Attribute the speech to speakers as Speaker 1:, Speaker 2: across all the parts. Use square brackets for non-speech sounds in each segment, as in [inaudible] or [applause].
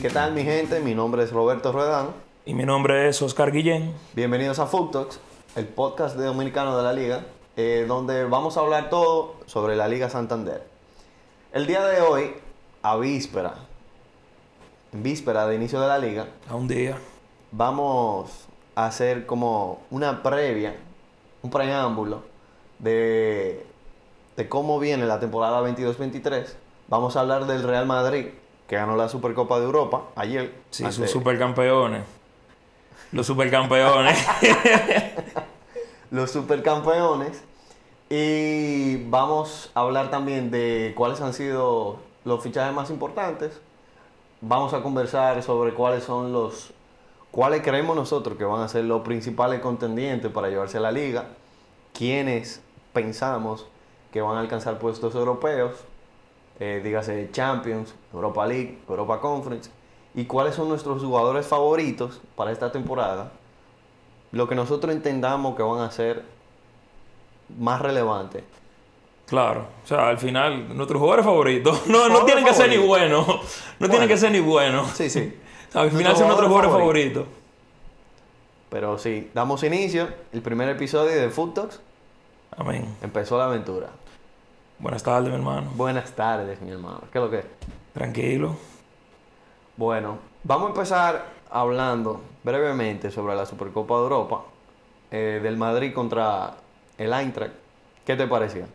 Speaker 1: ¿Qué tal mi gente? Mi nombre es Roberto Ruedán.
Speaker 2: Y mi nombre es Oscar Guillén.
Speaker 1: Bienvenidos a Food Talks, el podcast de Dominicanos de la Liga, eh, donde vamos a hablar todo sobre la Liga Santander. El día de hoy, a víspera, víspera de inicio de la liga,
Speaker 2: A un día.
Speaker 1: vamos a hacer como una previa, un preámbulo de, de cómo viene la temporada 22-23. Vamos a hablar del Real Madrid, que ganó la Supercopa de Europa ayer.
Speaker 2: Sí,
Speaker 1: ante-
Speaker 2: sus supercampeones. Los supercampeones.
Speaker 1: los supercampeones. Y vamos a hablar también de cuáles han sido los fichajes más importantes. Vamos a conversar sobre cuáles son los. cuáles creemos nosotros que van a ser los principales contendientes para llevarse a la liga. Quiénes pensamos que van a alcanzar puestos europeos. eh, dígase Champions, Europa League, Europa Conference. Y cuáles son nuestros jugadores favoritos para esta temporada lo que nosotros entendamos que van a ser más relevante.
Speaker 2: claro. O sea, al final, nuestros jugadores favoritos. No, no tienen que ser ni buenos. No
Speaker 1: Bueno.
Speaker 2: tienen que ser ni buenos.
Speaker 1: Sí, sí.
Speaker 2: Al final
Speaker 1: Nuestros
Speaker 2: son nuestros
Speaker 1: jugadores
Speaker 2: jugadores favoritos.
Speaker 1: [laughs] Pero sí, damos inicio. El primer episodio de Food Talks
Speaker 2: Amén.
Speaker 1: empezó la aventura.
Speaker 2: Buenas tardes, mi hermano.
Speaker 1: Buenas tardes, mi hermano. ¿Qué es lo que es?
Speaker 2: Tranquilo.
Speaker 1: Bueno, vamos a empezar hablando brevemente sobre la Supercopa de Europa eh, del Madrid contra el Eintracht. ¿Qué te parecía?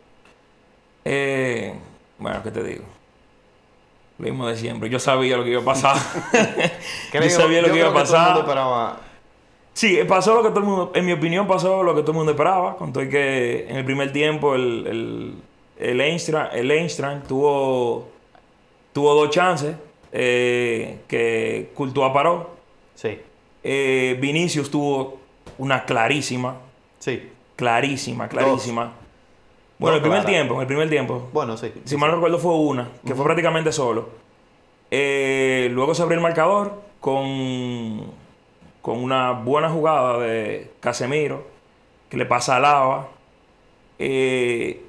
Speaker 2: Eh, bueno, ¿qué te digo? Lo mismo de siempre. Yo sabía lo que iba a pasar. yo
Speaker 1: Creo-
Speaker 2: sabía lo que iba
Speaker 1: creo
Speaker 2: a
Speaker 1: todo el mundo
Speaker 2: pasar.
Speaker 1: esperaba-
Speaker 2: Sí, pasó lo que todo el mundo, en mi opinión, pasó lo que todo el mundo esperaba. Contó que en el primer tiempo el, el, el, Einstein, el Einstein tuvo, tuvo dos chances eh, que Courtois paró.
Speaker 1: Sí,
Speaker 2: Eh, Vinicius tuvo una clarísima,
Speaker 1: sí.
Speaker 2: clarísima, clarísima.
Speaker 1: Dos
Speaker 2: Bueno, el primer
Speaker 1: claras.
Speaker 2: tiempo, en el primer tiempo.
Speaker 1: Bueno, sí.
Speaker 2: Si mal no recuerdo fue una, que fue prácticamente solo. Eh, luego se abrió el marcador con, con una buena jugada de Casemiro, que le pasa a Lava. eh,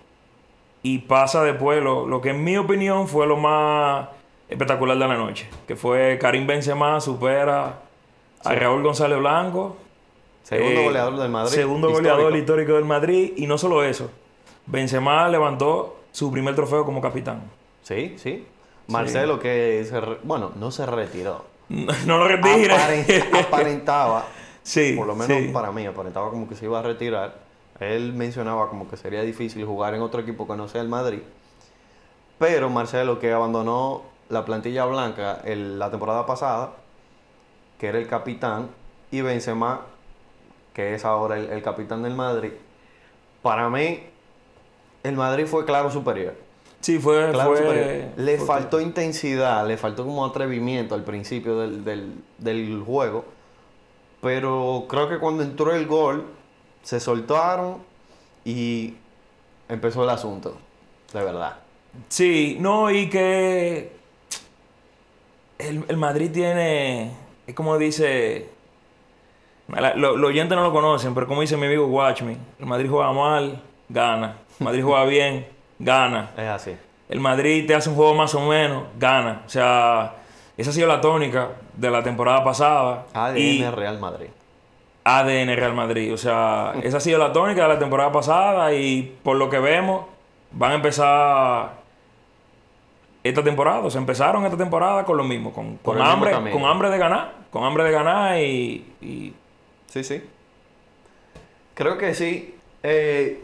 Speaker 2: y pasa después lo, lo que en mi opinión fue lo más espectacular de la noche, que fue Karim Benzema supera a Raúl González Blanco.
Speaker 1: Segundo
Speaker 2: Eh,
Speaker 1: goleador del Madrid.
Speaker 2: Segundo
Speaker 1: histórico.
Speaker 2: goleador histórico del Madrid. Y no solo eso. Benzema levantó su primer trofeo como capitán. [laughs]
Speaker 1: Sí, sí. Marcelo que se re- bueno, no se retiró.
Speaker 2: No, no lo retira.
Speaker 1: Aparen- aparentaba,
Speaker 2: [laughs] sí.
Speaker 1: por lo menos
Speaker 2: sí.
Speaker 1: para mí, aparentaba como que se iba a retirar. Él mencionaba como que sería difícil jugar en otro equipo que no sea el Madrid. Pero Marcelo que abandonó la plantilla blanca el- la temporada pasada, que era el capitán, y Benzema, que es ahora el, el capitán del Madrid. Para mí, el Madrid fue claro superior.
Speaker 2: Sí, fue.
Speaker 1: Claro,
Speaker 2: fue-
Speaker 1: superior. le
Speaker 2: fue-
Speaker 1: faltó intensidad, le faltó como atrevimiento al principio del, del- del juego. Pero creo que cuando entró el gol, se soltaron y empezó el asunto. De verdad.
Speaker 2: Sí, no, y que. El, el Madrid tiene. Es como dice. la- lo- Los oyentes no lo conocen, pero como dice mi amigo Watchman, el Madrid juega mal, gana. El Madrid juega bien, gana.
Speaker 1: Es así.
Speaker 2: El Madrid te hace un juego más o menos, gana. O sea, esa ha sido la tónica de la temporada pasada.
Speaker 1: ADN
Speaker 2: y
Speaker 1: Real Madrid.
Speaker 2: ADN Real Madrid.
Speaker 1: [laughs]
Speaker 2: O sea, esa ha sido la tónica de la temporada pasada y por lo que vemos, van a empezar esta temporada. O sea, empezaron esta temporada con lo mismo, con,
Speaker 1: Por
Speaker 2: con
Speaker 1: el mismo
Speaker 2: hambre,
Speaker 1: camino.
Speaker 2: con hambre de ganar, con hambre de ganar y, y
Speaker 1: Sí, sí. Creo que sí. Eh,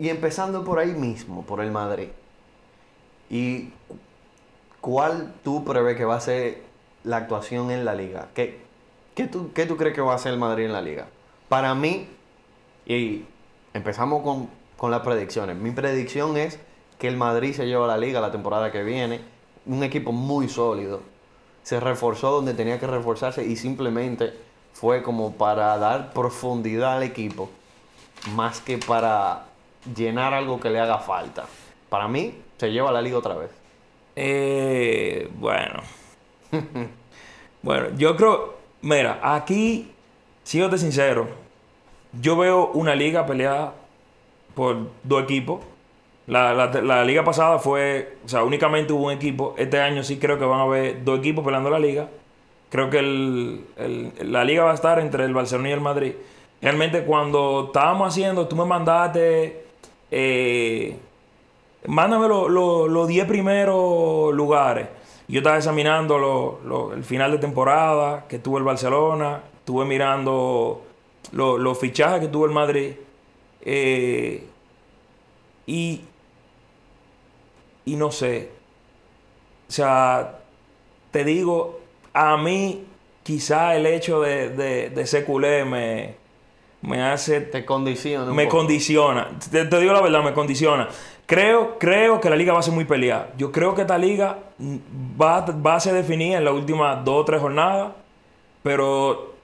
Speaker 1: y empezando por ahí mismo, por el Madrid. ¿Y cuál tú prevés que va a ser la actuación en la liga? ¿Qué, qué tú, qué tú crees que va a ser el Madrid en la liga? Para mí, y empezamos con, con las predicciones. Mi predicción es que el Madrid se lleva la liga la temporada que viene. Un equipo muy sólido. Se reforzó donde tenía que reforzarse y simplemente fue como para dar profundidad al equipo más que para llenar algo que le haga falta. Para mí, se lleva la liga otra vez.
Speaker 2: Eh, bueno. [laughs] bueno, yo creo. Mira, aquí, siéndote sincero, yo veo una liga peleada por dos equipos. La, la- la liga pasada fue, o sea, únicamente hubo un equipo. Este año sí creo que van a haber dos equipos peleando la liga. Creo que el- el- la liga va a estar entre el Barcelona y el Madrid. Realmente cuando estábamos haciendo, tú me mandaste, eh, mándame lo- lo- los 10 primeros lugares. Yo estaba examinando lo- lo- el final de temporada que tuvo el Barcelona, estuve mirando lo- los fichajes que tuvo el Madrid. Eh, y, y no sé. O sea, te digo, a mí quizá el hecho de, de, de ser culé me, me hace...
Speaker 1: Te condiciona. un
Speaker 2: Me
Speaker 1: poco.
Speaker 2: condiciona. Te, te digo la verdad, me condiciona. Creo, creo que la liga va a ser muy peleada. Yo creo que esta liga mm, va, a- va a ser definida en las últimas dos o tres jornadas. Pero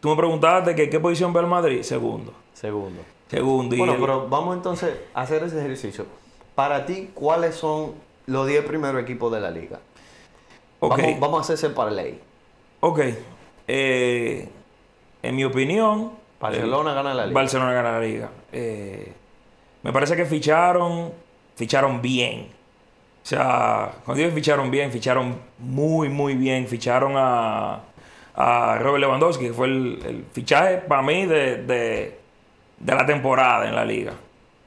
Speaker 2: tú me preguntaste que qué posición ve el Madrid. Segundo.
Speaker 1: Segundo.
Speaker 2: Segundo. y
Speaker 1: Bueno,
Speaker 2: el-
Speaker 1: pero vamos entonces a hacer ese ejercicio. Para ti, ¿cuáles son los 10 primeros equipos de la liga?
Speaker 2: Ok.
Speaker 1: Vamos, vamos a hacer ese parlay.
Speaker 2: Ok. Eh, en mi opinión,
Speaker 1: Barcelona gana la
Speaker 2: el
Speaker 1: liga.
Speaker 2: Barcelona gana la liga. Eh, me parece que ficharon, ficharon bien. O sea, cuando digo ficharon bien, ficharon muy, muy bien. Ficharon a, a Robert Lewandowski, que fue el, el fichaje para mí de, de- de la temporada en la liga.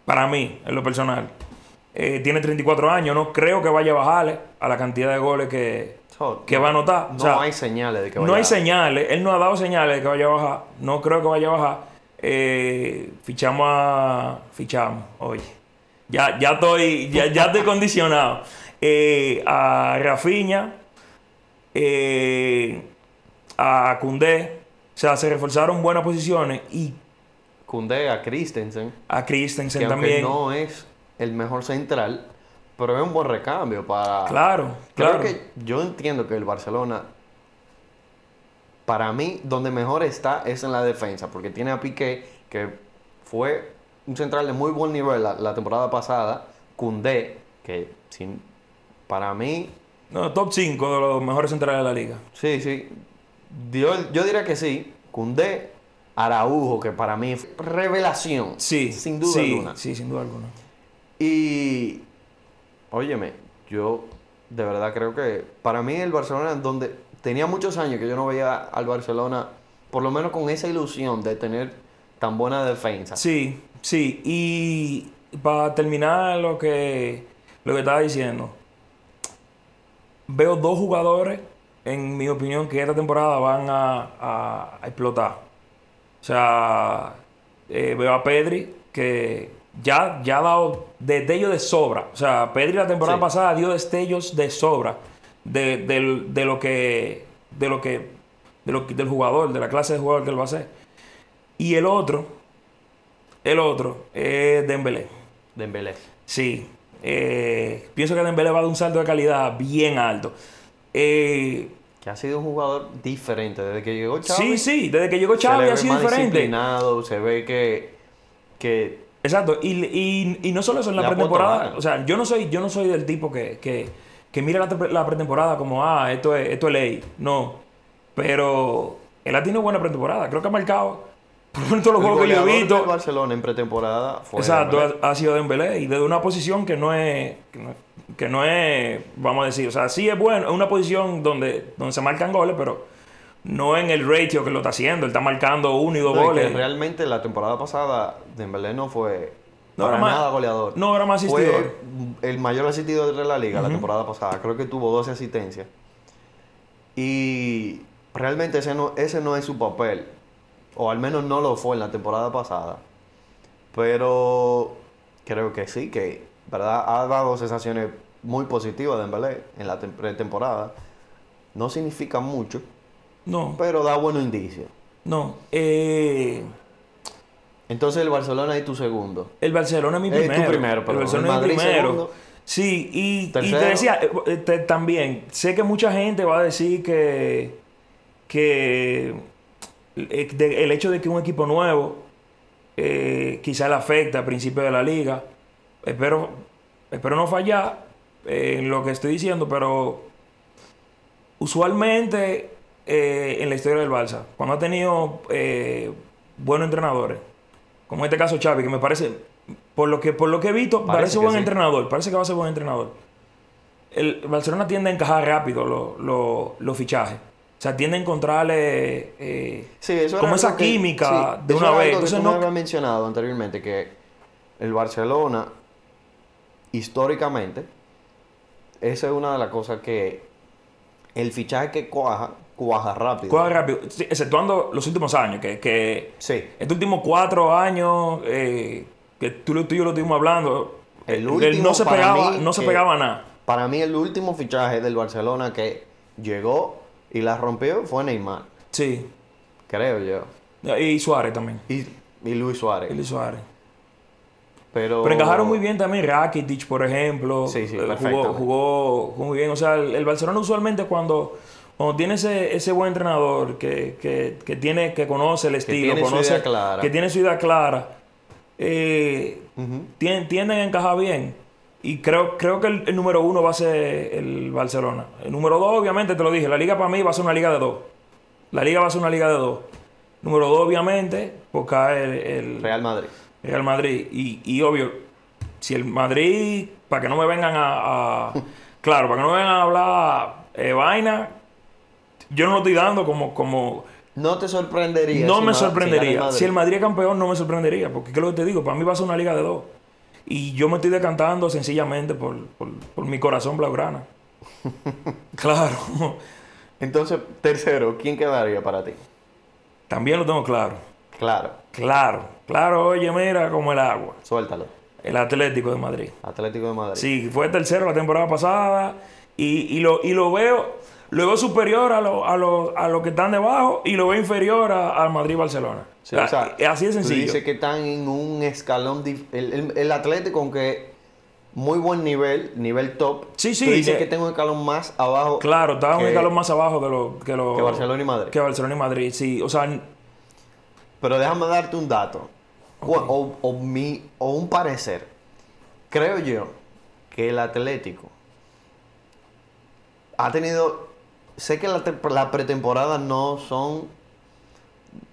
Speaker 2: Para mí, en lo personal. Eh, tiene 34 años, no creo que vaya a bajarle a la cantidad de goles que,
Speaker 1: So,
Speaker 2: que va a anotar. O
Speaker 1: no
Speaker 2: sea,
Speaker 1: hay señales de que
Speaker 2: no
Speaker 1: vaya-
Speaker 2: hay señales, él no ha dado señales de que vaya a bajar. No creo que vaya a bajar. Eh, fichamos a. Fichamos, oye. Ya, ya estoy. Ya, ya estoy [laughs] condicionado. Eh, a Rafiña. a Cundé. O sea, se reforzaron buenas posiciones. Y
Speaker 1: Koundé a Christensen,
Speaker 2: a
Speaker 1: que
Speaker 2: Christensen
Speaker 1: aunque
Speaker 2: también.
Speaker 1: no es el mejor central, pero es un buen recambio para...
Speaker 2: Claro,
Speaker 1: Creo
Speaker 2: claro.
Speaker 1: que yo entiendo que el Barcelona, para mí, donde mejor está es en la defensa, porque tiene a Piqué, que fue un central de muy buen nivel la, la temporada pasada, Cundé, que sin, para mí,
Speaker 2: No, top 5 de los mejores centrales de la liga.
Speaker 1: sí, sí, yo, yo diría que sí, Cundé, Araujo, que para mí es revelación,
Speaker 2: Sí.
Speaker 1: sin duda
Speaker 2: sí,
Speaker 1: alguna.
Speaker 2: Sí, sin duda alguna.
Speaker 1: Y, óyeme, yo de verdad creo que para mí el Barcelona, donde tenía muchos años que yo no veía al Barcelona, por lo menos con esa ilusión de tener tan buena defensa.
Speaker 2: Sí, sí. Y para terminar lo que, lo que estaba diciendo, veo dos jugadores, en mi opinión, que esta temporada van a, a- a explotar. O sea, eh, veo a Pedri, que ya, ya ha dado destellos de sobra. O sea, Pedri la temporada
Speaker 1: Sí.
Speaker 2: pasada dio destellos de sobra de, del- de lo que. de lo que. de lo que- del jugador, de la clase de jugador que él va a ser. Y el otro, el otro es Dembélé.
Speaker 1: Dembélé.
Speaker 2: Sí. Eh, pienso que Dembélé va a dar un salto de calidad bien alto. Eh,
Speaker 1: Que ha sido un jugador diferente desde que llegó Xavi.
Speaker 2: sí, sí. Desde que llegó
Speaker 1: se le
Speaker 2: Xavi
Speaker 1: ve
Speaker 2: ha sido
Speaker 1: más
Speaker 2: diferente.
Speaker 1: disciplinado, se ve que, que
Speaker 2: Exacto. Y, y- y no solo eso, en la
Speaker 1: Le aporta
Speaker 2: pretemporada.
Speaker 1: bastante.
Speaker 2: O sea, yo no soy, yo no soy del tipo que, que, que mira la, te- la pretemporada como, ah, esto es, esto es ley. No. Pero él ha tenido buena pretemporada. Creo que ha marcado. [laughs] Por lo menos todos los
Speaker 1: el
Speaker 2: juegos que yo he
Speaker 1: goleador
Speaker 2: visto.
Speaker 1: del Barcelona en pretemporada fue
Speaker 2: Exacto,
Speaker 1: Dembélé.
Speaker 2: ha, ha sido Dembélé y desde una posición que no es, que no, que no es, vamos a decir, o sea, sí es bueno, es una posición donde, donde se marcan goles, pero no en el ratio que lo está haciendo, él está marcando uno y dos
Speaker 1: No, y que
Speaker 2: goles.
Speaker 1: realmente la temporada pasada Dembélé no fue
Speaker 2: No
Speaker 1: para
Speaker 2: era más-
Speaker 1: nada goleador.
Speaker 2: no era más asistidor.
Speaker 1: Fue el mayor asistidor de la liga la temporada pasada. Creo que tuvo 12 asistencias. Y realmente ese no, ese no es su papel. O al menos no lo fue en la temporada pasada. Pero creo que sí, que verdad ha dado sensaciones muy positivas Dembélé en la tem- pretemporada. No significa mucho,
Speaker 2: No,
Speaker 1: pero da buenos indicios.
Speaker 2: no, eh,
Speaker 1: Entonces el Barcelona es tu segundo.
Speaker 2: el Barcelona es mi
Speaker 1: Eh, tú
Speaker 2: primero.
Speaker 1: primero,
Speaker 2: el
Speaker 1: perdón,
Speaker 2: Barcelona es mi
Speaker 1: el Madrid
Speaker 2: primero.
Speaker 1: segundo.
Speaker 2: Sí, y, y te
Speaker 1: Tercero.
Speaker 2: decía, eh, eh, te- también, sé que mucha gente va a decir que, que eh, de- el hecho de que un equipo nuevo eh, quizá le afecta al principio de la liga. Espero, espero no fallar eh, en lo que estoy diciendo, pero usualmente eh, en la historia del Barça, cuando ha tenido eh, buenos entrenadores, como en este caso Xavi, que me parece, Por lo que, por lo que he visto, parece,
Speaker 1: Parece que
Speaker 2: buen
Speaker 1: sí.
Speaker 2: entrenador. Parece que va a ser buen entrenador. El Barcelona tiende a encajar rápido lo- lo- los fichajes. O sea, tiende a encontrarle eh,
Speaker 1: Sí, eso era
Speaker 2: como esa
Speaker 1: algo que-
Speaker 2: química
Speaker 1: sí,
Speaker 2: de
Speaker 1: eso era
Speaker 2: una vez.
Speaker 1: algo que
Speaker 2: Entonces,
Speaker 1: tú
Speaker 2: no-
Speaker 1: me habías mencionado anteriormente que el Barcelona, históricamente, esa es una de las cosas que el fichaje que cuaja, cuaja rápido.
Speaker 2: Cuadra rápido. Sí, exceptuando los últimos años, que, que
Speaker 1: Sí.
Speaker 2: estos últimos Este cuatro años, eh, que tú, lo- tú y yo lo estuvimos hablando,
Speaker 1: El
Speaker 2: él
Speaker 1: último
Speaker 2: no se
Speaker 1: para
Speaker 2: pegaba,
Speaker 1: mí
Speaker 2: no se
Speaker 1: que-
Speaker 2: pegaba nada.
Speaker 1: Para mí el último fichaje del Barcelona que llegó y la rompió fue Neymar,
Speaker 2: Sí.
Speaker 1: creo yo.
Speaker 2: Y Suárez también.
Speaker 1: Y, y Luis Suárez.
Speaker 2: Luis Suárez.
Speaker 1: Pero,
Speaker 2: Pero encajaron muy bien también Rakitic, por ejemplo.
Speaker 1: Sí, sí,
Speaker 2: Eh, jugó,
Speaker 1: perfectamente.
Speaker 2: jugó, jugó muy bien. O sea, el, el Barcelona usualmente cuando, cuando tiene ese, ese buen entrenador que, que- que tiene, que conoce el estilo,
Speaker 1: tiene su
Speaker 2: conoce,
Speaker 1: idea clara.
Speaker 2: que tiene su idea clara, eh,
Speaker 1: Ujú.
Speaker 2: tien- tienden a encajar bien. Y creo, creo que el, el número uno va a ser el Barcelona. El número dos, obviamente, te lo dije, la liga para mí va a ser una liga de dos. La liga va a ser una liga de dos. Número dos, obviamente, porque el, el,
Speaker 1: Real Madrid.
Speaker 2: Real Madrid. Y, y obvio, si el Madrid, para que no me vengan a.
Speaker 1: [laughs]
Speaker 2: a- claro, para que no me vengan a hablar eh, vaina, yo no lo estoy dando como. como
Speaker 1: No te sorprendería.
Speaker 2: no
Speaker 1: si
Speaker 2: me
Speaker 1: ma- si gana
Speaker 2: sorprendería. Si
Speaker 1: Madrid.
Speaker 2: el Madrid es campeón, no me sorprendería. Porque, ¿qué es lo que te digo? Para mí va a ser una liga de dos. Y yo me estoy decantando sencillamente por, por- por mi
Speaker 1: [laughs]
Speaker 2: corazón blaugrana. claro.
Speaker 1: Entonces, tercero, ¿quién quedaría para ti?
Speaker 2: También lo tengo claro.
Speaker 1: Claro,
Speaker 2: Claro. Claro, oye, mira, como el agua.
Speaker 1: suéltalo.
Speaker 2: El Atlético de Madrid.
Speaker 1: Atlético de Madrid.
Speaker 2: Sí, fue tercero la temporada pasada. Y, y lo, y lo veo, lo veo superior a los a lo, a lo que están debajo y lo veo inferior a- al Madrid-Barcelona.
Speaker 1: Sí,
Speaker 2: La-
Speaker 1: o sea,
Speaker 2: ah, eh, así de
Speaker 1: tú
Speaker 2: sencillo.
Speaker 1: dices que están en un escalón. dif- El, el- el Atlético, aunque muy buen nivel, nivel top.
Speaker 2: Sí, sí,
Speaker 1: Tú dices
Speaker 2: de-
Speaker 1: que tengo un escalón más abajo.
Speaker 2: Claro, estaba un
Speaker 1: que-
Speaker 2: escalón más abajo de lo, que, lo,
Speaker 1: que Barcelona y Madrid.
Speaker 2: que Barcelona y Madrid. Sí, o sea, n-
Speaker 1: Pero déjame darte un dato. O, o- o mi, o un parecer. Creo yo que el Atlético ha tenido. Sé que la, te- la pretemporada no son.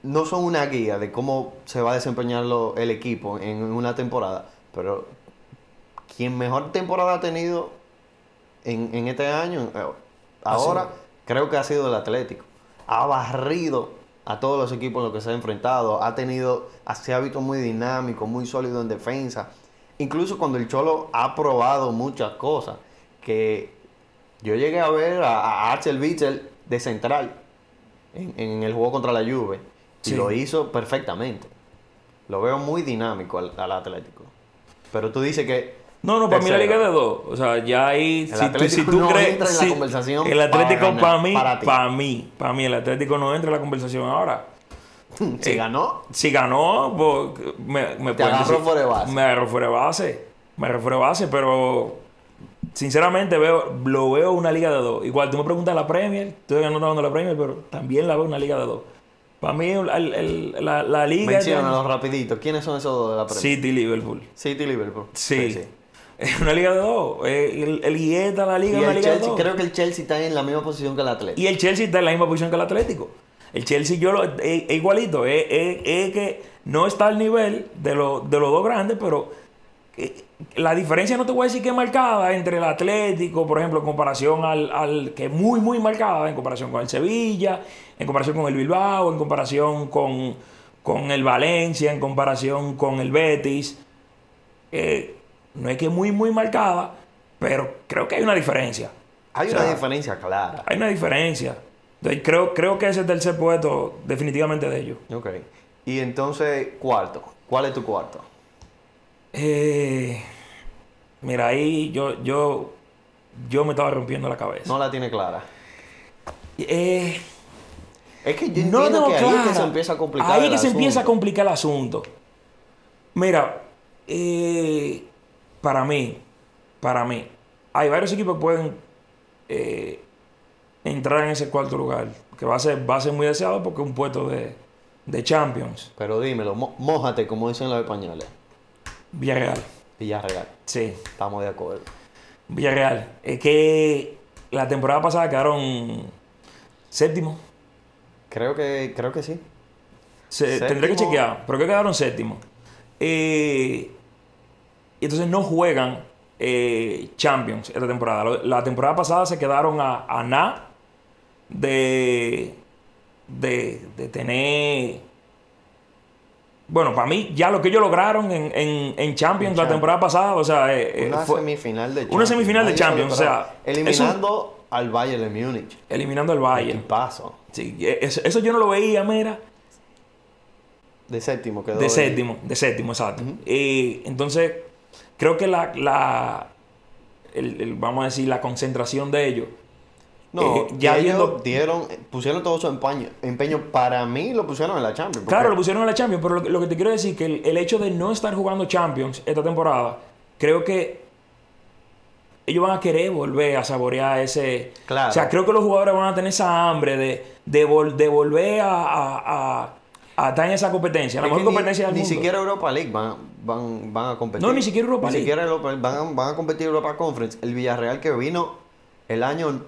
Speaker 1: No son una guía de cómo se va a desempeñar lo- el equipo en una temporada. Pero quien mejor temporada ha tenido en, en este año, eh, ahora, creo que ha sido el Atlético. Ha barrido a todos los equipos en los que se ha enfrentado. Ha tenido, se ha visto muy dinámico, muy sólido en defensa. Incluso cuando el Cholo ha probado muchas cosas. Que yo llegué a ver a, a Axel Witsel de central en, en el juego contra la Juve.
Speaker 2: Sí.
Speaker 1: Y lo hizo perfectamente. Lo veo muy dinámico al, al Atlético. Pero tú dices que... [laughs]
Speaker 2: no, no, para mí la
Speaker 1: tercero.
Speaker 2: liga de dos. O sea, ya ahí.
Speaker 1: El Atlético no entra en la conversación
Speaker 2: El Atlético
Speaker 1: para
Speaker 2: para,
Speaker 1: ganar,
Speaker 2: mí,
Speaker 1: para
Speaker 2: para,
Speaker 1: ti.
Speaker 2: mí, para mí, el Atlético no entra en la conversación ahora.
Speaker 1: Si
Speaker 2: Eh,
Speaker 1: ganó,
Speaker 2: Si ganó, pues, me, me
Speaker 1: Te
Speaker 2: pueden
Speaker 1: agarró fuera de base.
Speaker 2: Me agarró fuera de base. Me agarró fuera de base, pero sinceramente veo, lo veo una liga de dos. Igual tú me preguntas la Premier, tú no estás dando la Premier, pero también la veo una liga de dos. Para mí, el- el- la, la liga.
Speaker 1: menciónanos rapidito. ¿Quiénes son esos dos de la Premier?
Speaker 2: City Liverpool.
Speaker 1: City y Liverpool.
Speaker 2: Sí. [laughs] Es una liga de dos. Eh, El, el Guieta, la
Speaker 1: Y
Speaker 2: liga, es una
Speaker 1: el
Speaker 2: liga de
Speaker 1: Chelsea,
Speaker 2: dos.
Speaker 1: creo que el Chelsea está en la misma posición que el Atlético.
Speaker 2: Y el Chelsea está en la misma posición que el Atlético. El Chelsea yo lo, es, es igualito. Es, es- es que no está al nivel de, lo- de los dos grandes, pero eh, la diferencia no te voy a decir que es marcada entre el Atlético, por ejemplo, en comparación al, al- que es muy, muy marcada, en comparación con el Sevilla, en comparación con el Bilbao, en comparación con, con el Valencia, en comparación con el Betis. Eh, no es que es muy, muy marcada, pero creo que hay una diferencia.
Speaker 1: Hay
Speaker 2: O
Speaker 1: una
Speaker 2: sea,
Speaker 1: diferencia clara.
Speaker 2: hay una diferencia. Entonces, creo, creo que ese tercer puesto, definitivamente de ellos.
Speaker 1: Ok. Y entonces, cuarto. ¿Cuál es tu cuarto?
Speaker 2: Eh, mira, ahí yo, yo, yo me estaba rompiendo la cabeza.
Speaker 1: No la tiene clara.
Speaker 2: Eh,
Speaker 1: Es que yo
Speaker 2: no
Speaker 1: entiendo
Speaker 2: tengo
Speaker 1: que ahí es
Speaker 2: clara.
Speaker 1: que se empieza a complicar
Speaker 2: Ahí es
Speaker 1: el
Speaker 2: que se empieza a
Speaker 1: asunto.
Speaker 2: complicar el asunto. Mira, eh, para mí, para mí, hay varios equipos que pueden eh, entrar en ese cuarto lugar, que va a ser, va a ser muy deseado porque es un puesto de, de Champions.
Speaker 1: Pero dímelo, mo- mójate, como dicen los españoles.
Speaker 2: Villarreal,
Speaker 1: Villarreal.
Speaker 2: sí.
Speaker 1: Estamos de acuerdo.
Speaker 2: Villarreal. Es que la temporada pasada quedaron séptimo.
Speaker 1: Creo que, creo que sí.
Speaker 2: Se-
Speaker 1: Séptimo.
Speaker 2: Tendré que chequear, pero creo que quedaron séptimo. Eh, Y entonces no juegan eh, Champions esta temporada. Lo- La temporada pasada se quedaron a, a nada de, de, de tener... Bueno, para mí, ya lo que ellos lograron en, en- en Champions la
Speaker 1: Champions.
Speaker 2: temporada pasada, o sea, eh, eh,
Speaker 1: Una
Speaker 2: fue-
Speaker 1: semifinal de Champions.
Speaker 2: semifinal de
Speaker 1: Nadie se lo
Speaker 2: Champions, o
Speaker 1: esperaba.
Speaker 2: sea, es un-
Speaker 1: Eliminando al Bayern de Múnich.
Speaker 2: eliminando al Bayern.
Speaker 1: Equipazo.
Speaker 2: Sí, e, eso, eso yo no lo veía, mira.
Speaker 1: De séptimo quedó.
Speaker 2: De
Speaker 1: el-
Speaker 2: séptimo, de séptimo, exacto. Eh, entonces, creo que la, la el- el- vamos a decir, la concentración de ellos.
Speaker 1: No,
Speaker 2: Eh, ya
Speaker 1: ellos
Speaker 2: viendo-
Speaker 1: dieron, pusieron todo su empeño, empeño. Para mí lo pusieron en la Champions. porque
Speaker 2: Claro, lo pusieron en la Champions, pero lo, que- lo que te quiero decir que el, el hecho de no estar jugando Champions esta temporada, creo que ellos van a querer volver a saborear ese...
Speaker 1: Claro.
Speaker 2: O sea, creo que los jugadores van a tener esa hambre de, de, vol- de volver a, a, a- a estar en esa competencia, la
Speaker 1: es
Speaker 2: mejor
Speaker 1: que ni-
Speaker 2: competencia del
Speaker 1: ni,
Speaker 2: mundo.
Speaker 1: siquiera Europa League van, van, van a competir.
Speaker 2: No, ni siquiera Europa League.
Speaker 1: Ni siquiera Europa League. Van, a- van a competir Europa Conference. El Villarreal que vino el año,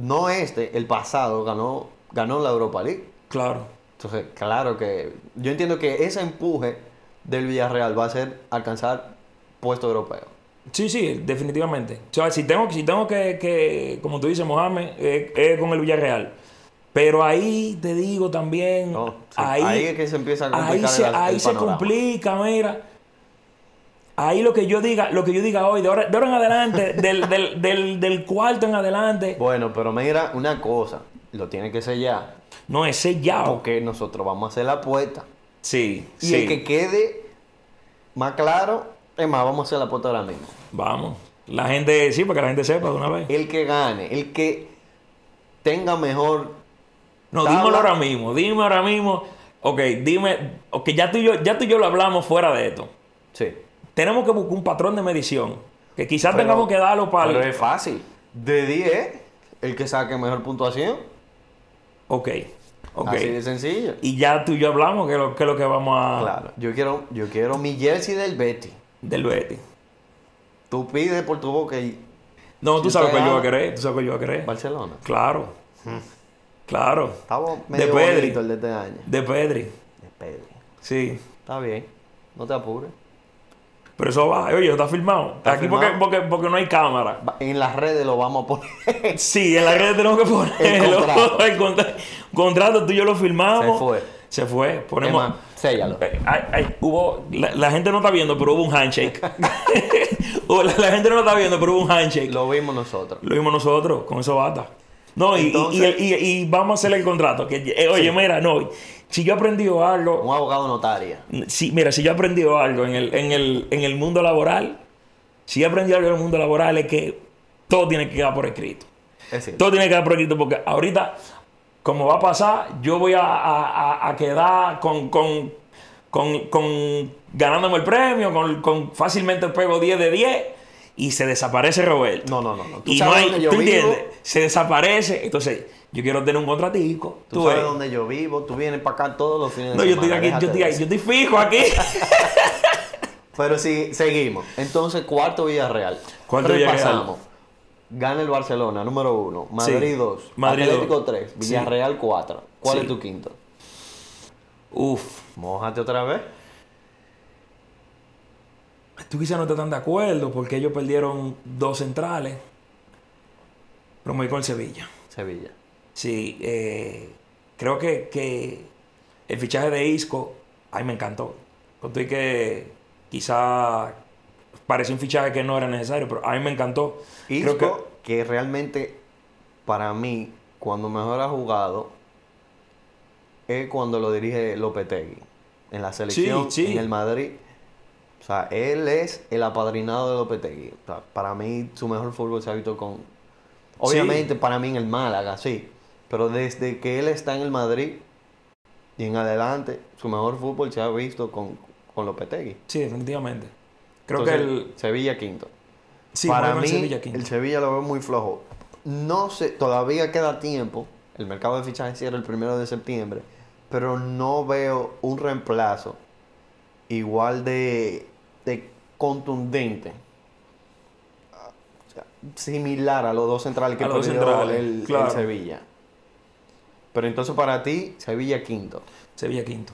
Speaker 1: no este, el pasado, ganó, ganó la Europa League.
Speaker 2: Claro.
Speaker 1: Entonces, claro que yo entiendo que ese empuje del Villarreal va a ser alcanzar puesto europeo.
Speaker 2: Sí, sí, definitivamente. O sea, si tengo, si tengo que, que, como tú dices, Mohamed, es con el Villarreal. Pero ahí te digo también,
Speaker 1: ¿no? Sí,
Speaker 2: ahí,
Speaker 1: es que se empieza a complicar
Speaker 2: ahí se,
Speaker 1: el, el
Speaker 2: ahí se
Speaker 1: panorama.
Speaker 2: complica, mira. Ahí lo que yo diga, lo que yo diga hoy, de ahora, de ahora en adelante,
Speaker 1: [laughs]
Speaker 2: del, del, del, del cuarto en adelante,
Speaker 1: Bueno, pero mira una cosa, lo tiene que sellar
Speaker 2: no es sellado.
Speaker 1: porque nosotros vamos a hacer la apuesta.
Speaker 2: Sí,
Speaker 1: Y
Speaker 2: sí.
Speaker 1: el que quede más claro, es más, vamos a hacer la apuesta ahora mismo.
Speaker 2: Vamos. La gente, sí, para que la gente sepa de una vez.
Speaker 1: El que gane, el que tenga mejor,
Speaker 2: No,
Speaker 1: Tabla.
Speaker 2: dímelo ahora mismo, dime ahora mismo. Ok, dime, ok, ya tú y yo, ya tú y yo lo hablamos fuera de esto.
Speaker 1: sí.
Speaker 2: Tenemos que buscar un patrón de medición. Que quizás
Speaker 1: Pero-
Speaker 2: tengamos que darlo para.
Speaker 1: Pero es fácil. De 10, el que saque mejor puntuación.
Speaker 2: Ok. Ok.
Speaker 1: Así de sencillo.
Speaker 2: Y ya tú y yo hablamos que lo que, lo que vamos a.
Speaker 1: Claro. Yo quiero, yo quiero mi jersey del Betty.
Speaker 2: Del Betty.
Speaker 1: Tú pides por tu boca y
Speaker 2: No,
Speaker 1: Si
Speaker 2: tú
Speaker 1: usted
Speaker 2: sabes que yo voy a
Speaker 1: gana- Hmm.
Speaker 2: querer. Tú sabes que yo voy a querer.
Speaker 1: Barcelona.
Speaker 2: Claro. Claro.
Speaker 1: Estaba
Speaker 2: De
Speaker 1: medio
Speaker 2: Pedri.
Speaker 1: bonito el de este año.
Speaker 2: De Pedri.
Speaker 1: De Pedri.
Speaker 2: Sí.
Speaker 1: Está bien. No te apures.
Speaker 2: Pero eso va. Oye, está filmado.
Speaker 1: Está
Speaker 2: Aquí
Speaker 1: filmado.
Speaker 2: Porque, porque, porque no hay cámara.
Speaker 1: Va- En las redes lo vamos a poner. [laughs]
Speaker 2: Sí, en la red tenemos que ponerlo.
Speaker 1: El contrato.
Speaker 2: [laughs] El contra- contrato tú y yo lo firmamos.
Speaker 1: Se fue.
Speaker 2: Se fue. Ponemos.
Speaker 1: Emma, séllalo.
Speaker 2: Eh, ay, ay, hubo. La, la gente no está viendo, pero hubo un handshake. [laughs] Hubo- la, la gente no lo está viendo, pero hubo un handshake. Lo,
Speaker 1: Lo vimos nosotros.
Speaker 2: vimos nosotros, con eso basta. No, y- y,
Speaker 1: Entonces-
Speaker 2: y el- y- y vamos a hacer el contrato. Que, eh, oye, mira, no. Si yo he aprendido algo.
Speaker 1: Un abogado notaria.
Speaker 2: Si, mira, si yo he aprendido algo en el, en el, en el mundo laboral, si he aprendido algo en el mundo laboral es que todo tiene que quedar por escrito.
Speaker 1: Es decir,
Speaker 2: Todo tiene que quedar por escrito porque ahorita, como va a pasar, yo voy a, a- a- a quedar con, con, con- con- ganándome el premio, con, con fácilmente pego 10 de 10 y se desaparece Roberto.
Speaker 1: No, no, no, no. Tú
Speaker 2: Y no
Speaker 1: sabes
Speaker 2: hay,
Speaker 1: dónde yo
Speaker 2: ¿tú
Speaker 1: vivo.
Speaker 2: entiendes? Se desaparece. Entonces, yo quiero tener un contratico.
Speaker 1: tú,
Speaker 2: tú
Speaker 1: sabes
Speaker 2: ves.
Speaker 1: dónde yo vivo. Tú vienes para acá todos los fines de
Speaker 2: No, yo estoy
Speaker 1: semana,
Speaker 2: aquí, yo
Speaker 1: déjate
Speaker 2: estoy
Speaker 1: de
Speaker 2: aquí,
Speaker 1: eso.
Speaker 2: yo estoy fijo aquí.
Speaker 1: [laughs] Pero sí, seguimos. Entonces, cuarto Villarreal.
Speaker 2: Cuarto
Speaker 1: Repasamos. Gana el Barcelona, número uno. Madrid
Speaker 2: Sí.
Speaker 1: 2.
Speaker 2: Madrid
Speaker 1: Atlético
Speaker 2: dos.
Speaker 1: 3.
Speaker 2: Sí.
Speaker 1: Villarreal 4. ¿Cuál
Speaker 2: Sí.
Speaker 1: es tu quinto?
Speaker 2: Uf,
Speaker 1: Mójate otra vez.
Speaker 2: tú quizás no estás tan de acuerdo porque ellos perdieron dos centrales. Pero me voy con el Sevilla.
Speaker 1: Sevilla.
Speaker 2: Sí, eh, creo que, que el fichaje de Isco, ay, me encantó. Conté que quizá parecía un fichaje que no era necesario, pero a mí me encantó.
Speaker 1: Isco,
Speaker 2: Creo que-
Speaker 1: que... realmente para mí, cuando mejor ha jugado, es cuando lo dirige Lopetegui. En la selección,
Speaker 2: sí.
Speaker 1: en el Madrid. O sea, él es el apadrinado de Lopetegui. O sea, para mí, su mejor fútbol se ha visto con. Obviamente, para mí en el Málaga, sí. Pero desde que él está en el Madrid y en adelante, su mejor fútbol se ha visto con, con Lopetegui.
Speaker 2: sí, definitivamente. Creo
Speaker 1: Entonces,
Speaker 2: que el.
Speaker 1: Sevilla quinto.
Speaker 2: Sí, me voy
Speaker 1: Para
Speaker 2: con
Speaker 1: mí,
Speaker 2: el Sevilla quinto.
Speaker 1: el Sevilla lo veo muy flojo. No sé, todavía queda tiempo. El mercado de fichajes cierra el primero de septiembre. Pero no veo un reemplazo igual de, de contundente. Ah, o sea, similar a los dos centrales que
Speaker 2: A los dos
Speaker 1: perdió
Speaker 2: centrales,
Speaker 1: el, el
Speaker 2: claro.
Speaker 1: Sevilla. Pero entonces para ti, Sevilla quinto.
Speaker 2: Sevilla quinto.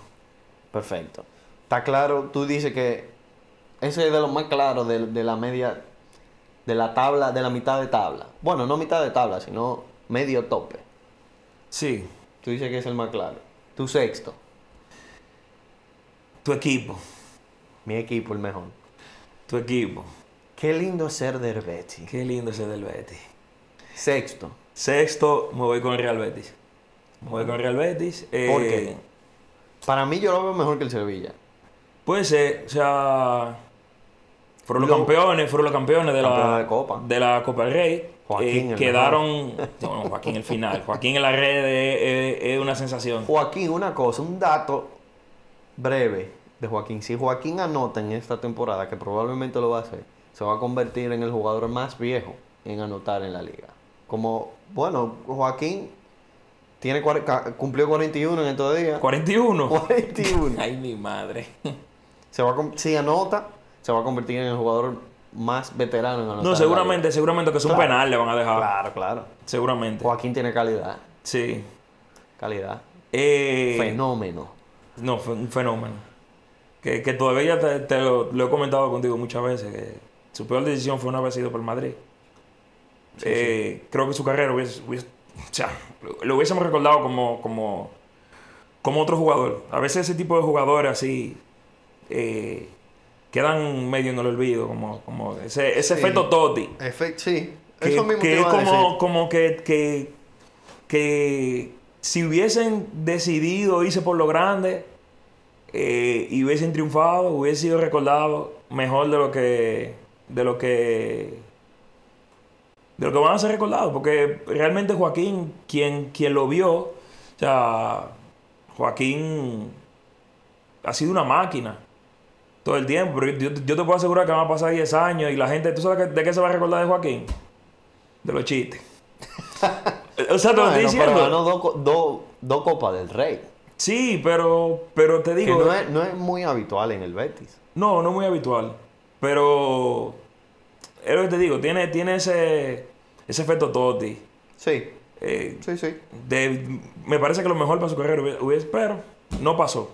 Speaker 1: Perfecto. Está claro, tú dices que Ese es de los más claros de, de la media, de la tabla, de la mitad de tabla. Bueno, no mitad de tabla, sino medio tope.
Speaker 2: Sí,
Speaker 1: Tú dices que es el más claro. Tu sexto.
Speaker 2: tu equipo,
Speaker 1: Mi equipo, el mejor.
Speaker 2: tu equipo.
Speaker 1: Qué lindo es ser del Betis.
Speaker 2: Qué lindo ese del Betis.
Speaker 1: Sexto.
Speaker 2: Sexto, me voy con el Real Betis. Me voy con el Real Betis. eh,
Speaker 1: ¿Por qué? Para mí yo lo veo mejor que el Sevilla.
Speaker 2: Puede ser, o sea. Fueron los
Speaker 1: Lo-
Speaker 2: campeones, fueron los campeones de la,
Speaker 1: Campeones de Copa.
Speaker 2: de la Copa del Rey.
Speaker 1: Joaquín,
Speaker 2: Eh,
Speaker 1: el
Speaker 2: quedaron. No, no, Joaquín el final. Joaquín en la red es, es- es una sensación.
Speaker 1: Joaquín, una cosa, un dato breve de Joaquín. Si Joaquín anota en esta temporada, que probablemente lo va a hacer, se va a convertir en el jugador más viejo en anotar en la liga. Como, bueno, Joaquín tiene cuare- ca- cumplió 41 en estos días.
Speaker 2: 41.
Speaker 1: 41.
Speaker 2: [laughs] Ay, mi madre.
Speaker 1: Se va a com- si anota, se va a convertir en el jugador más veterano en anotar. en
Speaker 2: No,
Speaker 1: la
Speaker 2: seguramente, seguramente que es un
Speaker 1: Claro.
Speaker 2: penal le van a dejar.
Speaker 1: liga. Claro, claro.
Speaker 2: Seguramente.
Speaker 1: Joaquín tiene calidad.
Speaker 2: Sí.
Speaker 1: Calidad.
Speaker 2: Eh,
Speaker 1: Fenómeno.
Speaker 2: No, fue un fenómeno. Que, que todavía ya te, te lo, lo he comentado contigo muchas veces. Que su peor decisión fue no haber sido por el Madrid. Eh, Creo que su carrera hubiese, hubiese- o sea, lo, lo hubiésemos recordado como, como, como otro jugador. A veces ese tipo de jugadores así eh, quedan medio en el olvido, como, como ese, ese
Speaker 1: Sí.
Speaker 2: efecto Totti
Speaker 1: Efecto, sí.
Speaker 2: que,
Speaker 1: Eso mismo
Speaker 2: que
Speaker 1: te
Speaker 2: es
Speaker 1: iba a
Speaker 2: como,
Speaker 1: decir.
Speaker 2: como que, que, que si hubiesen decidido irse por lo grande eh, y hubiesen triunfado, hubiese sido recordado mejor de lo que de lo que de lo que van a ser recordados, porque realmente Joaquín, quien, quien lo vio, o sea, Joaquín ha sido una máquina todo el tiempo, pero yo, yo te puedo asegurar que van a pasar 10 años y la gente, ¿tú sabes que- de qué se va a recordar de Joaquín? De
Speaker 1: [laughs]
Speaker 2: los chistes. o sea, te lo
Speaker 1: Bueno,
Speaker 2: estoy diciendo.
Speaker 1: pero ganó dos co- dos- dos Copas del Rey.
Speaker 2: Sí, pero, pero te
Speaker 1: Que
Speaker 2: digo,
Speaker 1: no es, no es muy habitual en el Betis.
Speaker 2: No, no muy habitual. Pero es lo que te digo, tiene, tiene ese, ese efecto Totti.
Speaker 1: Sí,
Speaker 2: Eh,
Speaker 1: sí, sí.
Speaker 2: de- me parece que lo mejor para su carrera hubiese, hubiese- pero no pasó.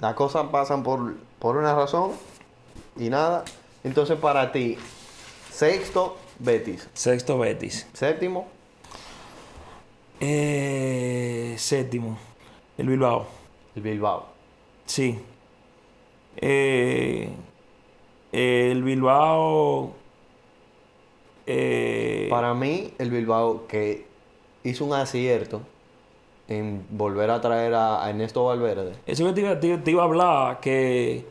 Speaker 1: Las cosas pasan por, por una razón y nada. Entonces, para ti, sexto, Betis.
Speaker 2: Sexto Betis.
Speaker 1: Séptimo,
Speaker 2: Eh, séptimo. El Bilbao.
Speaker 1: el Bilbao.
Speaker 2: Sí. Eh, el Bilbao. eh,
Speaker 1: Para mí, el Bilbao que hizo un acierto en volver a traer a, a Ernesto Valverde.
Speaker 2: Eso que te iba, te- te iba a hablar, que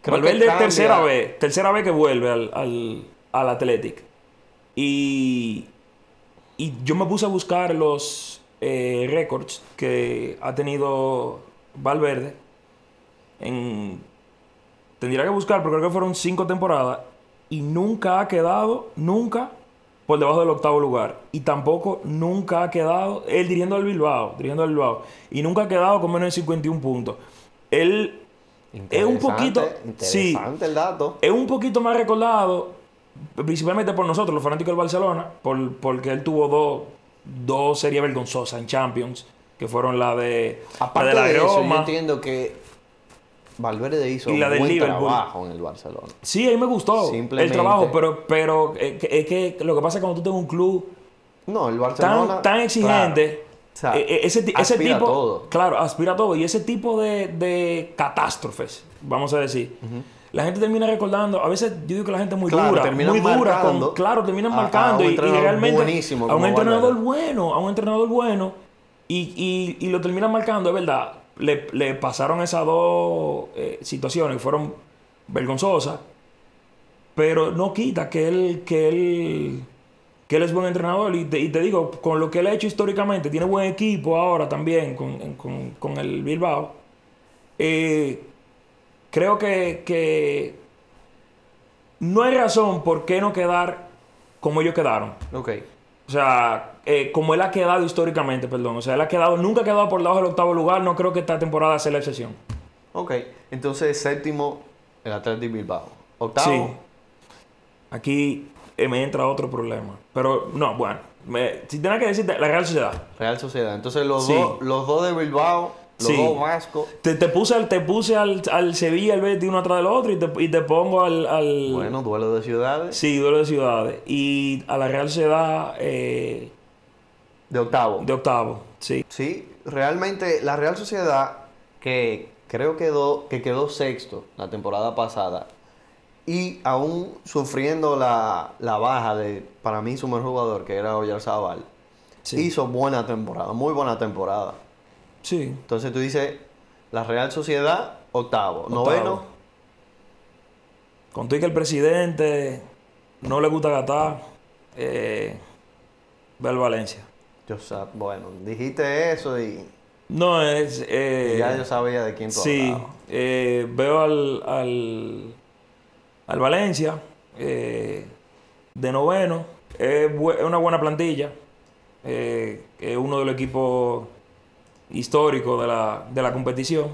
Speaker 1: Creo que
Speaker 2: Valverde es
Speaker 1: cambia.
Speaker 2: tercera vez, tercera vez que vuelve al, al, al Athletic. Y, y yo me puse a buscar los eh, récords que ha tenido Valverde. En, tendría que buscar, pero creo que fueron cinco temporadas. Y nunca ha quedado, nunca, por debajo del octavo lugar. Y tampoco nunca ha quedado, él dirigiendo al Bilbao, dirigiendo al Bilbao. Y nunca ha quedado con menos de 51 puntos. Él Es un poquito-
Speaker 1: Interesante,
Speaker 2: sí.
Speaker 1: Interesante el dato.
Speaker 2: es un poquito más recordado, principalmente por nosotros, los fanáticos del Barcelona, por, porque él tuvo dos, dos series vergonzosas en Champions, que fueron la de,
Speaker 1: Aparte
Speaker 2: la
Speaker 1: de,
Speaker 2: de la
Speaker 1: eso,
Speaker 2: Roma.
Speaker 1: yo entiendo que Valverde hizo
Speaker 2: Y la
Speaker 1: un
Speaker 2: del
Speaker 1: buen
Speaker 2: Liverpool.
Speaker 1: trabajo en el Barcelona.
Speaker 2: Sí, a mí me gustó el
Speaker 1: Simplemente-
Speaker 2: trabajo, pero, pero es, que, es que lo que pasa es que cuando tú tienes un club
Speaker 1: No, el Barcelona...
Speaker 2: tan, tan exigente,
Speaker 1: claro. O sea,
Speaker 2: eh, eh, ese, ti- ese
Speaker 1: aspira a
Speaker 2: tipo,
Speaker 1: todo.
Speaker 2: claro, aspira a todo. Y ese tipo de, de catástrofes, vamos a decir, la gente termina recordando, a veces yo digo que la gente es muy
Speaker 1: Claro,
Speaker 2: dura,
Speaker 1: terminan
Speaker 2: muy dura, con-
Speaker 1: marcando
Speaker 2: claro, terminan
Speaker 1: a- a
Speaker 2: marcando
Speaker 1: un
Speaker 2: y- y,
Speaker 1: entrenador
Speaker 2: realmente
Speaker 1: buenísimo
Speaker 2: a un
Speaker 1: como
Speaker 2: entrenador
Speaker 1: Valverde.
Speaker 2: bueno, a un entrenador bueno, y, y- y lo terminan marcando, es verdad. Le, le pasaron esas dos eh, situaciones que fueron vergonzosas. Pero no quita que él, que él, que él es buen entrenador. Y te, y te digo, con lo que él ha hecho históricamente, tiene buen equipo ahora también con, en- con- con el Bilbao. Eh, creo que, que no hay razón por qué no quedar como ellos quedaron.
Speaker 1: Ok.
Speaker 2: O sea, eh, como él ha quedado históricamente, perdón. O sea, él ha quedado, nunca ha quedado por debajo del octavo lugar. No creo que esta temporada sea la excepción.
Speaker 1: Ok. Entonces, séptimo, el Atlético Bilbao.
Speaker 2: Sí.
Speaker 1: Octavo,
Speaker 2: Aquí eh, me entra otro problema. Pero no, bueno. me- si tenés que decirte, la Real Sociedad.
Speaker 1: Real Sociedad. Entonces, los,
Speaker 2: Sí.
Speaker 1: dos, los dos de Bilbao Los
Speaker 2: Sí.
Speaker 1: dos vascos.
Speaker 2: Te, te puse, al, te puse al, al Sevilla, al Betis uno atrás del otro y te, y te pongo al, al-
Speaker 1: Bueno, duelo de ciudades.
Speaker 2: Sí, duelo de ciudades. Y a la Real Sociedad eh,
Speaker 1: De octavo.
Speaker 2: de octavo. Sí.
Speaker 1: Sí, realmente la Real Sociedad, que creo quedó, que quedó sexto la temporada pasada, y aún sufriendo la, la baja de, para mí, su mejor jugador, que era Oyarzabal,
Speaker 2: Sí.
Speaker 1: hizo buena temporada, muy buena temporada.
Speaker 2: Sí.
Speaker 1: Entonces tú dices, la Real Sociedad, octavo,
Speaker 2: Octavo.
Speaker 1: noveno,
Speaker 2: Con todo y que el presidente no le gusta Qatar, eh, ve al Valencia.
Speaker 1: yo sab- bueno, dijiste eso y
Speaker 2: No, es... eh,
Speaker 1: ya yo sabía de quién tú
Speaker 2: Sí,
Speaker 1: hablabas.
Speaker 2: eh, veo al, al, al Valencia eh, de noveno. Es, bu- es una buena plantilla. eh, es uno de los equipos históricos de la, de la competición.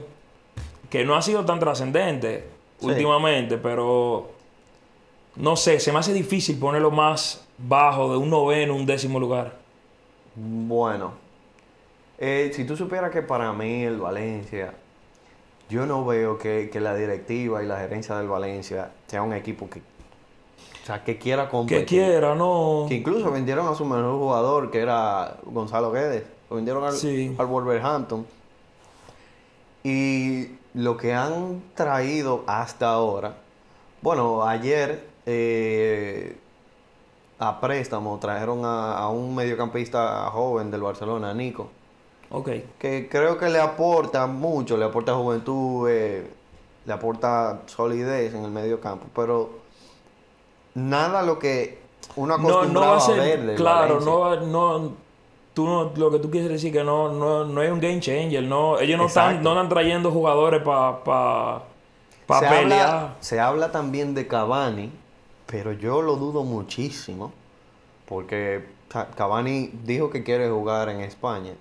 Speaker 2: Que no ha sido tan trascendente
Speaker 1: Sí.
Speaker 2: últimamente, pero no sé, se me hace difícil ponerlo más bajo de un noveno, un décimo lugar.
Speaker 1: Bueno, eh, si tú supieras que para mí el Valencia, yo no veo que, que la directiva y la gerencia del Valencia sea un equipo que, o sea, que quiera competir.
Speaker 2: Que quiera, no.
Speaker 1: Que incluso vendieron a su mejor jugador, que era Gonzalo Guedes. Lo vendieron al,
Speaker 2: Sí.
Speaker 1: al Wolverhampton. Y lo que han traído hasta ahora. Bueno, ayer eh, a préstamo trajeron a, a un mediocampista joven del Barcelona, Nico.
Speaker 2: Ok,
Speaker 1: Que creo que le aporta mucho, le aporta juventud, eh, le aporta solidez en el mediocampo. Pero nada lo que uno
Speaker 2: no, no va
Speaker 1: acostumbraba
Speaker 2: a ser,
Speaker 1: a ver del
Speaker 2: claro,
Speaker 1: Valencia.
Speaker 2: no, va- no, tú no, lo que tú quieres decir que no, no, no es un game changer, no, ellos no están,
Speaker 1: Exacto.
Speaker 2: no están trayendo jugadores para pa, pa
Speaker 1: se,
Speaker 2: pelear.
Speaker 1: habla, se habla también de Cavani, pero yo lo dudo muchísimo, porque o sea, Cavani dijo que quiere jugar en España,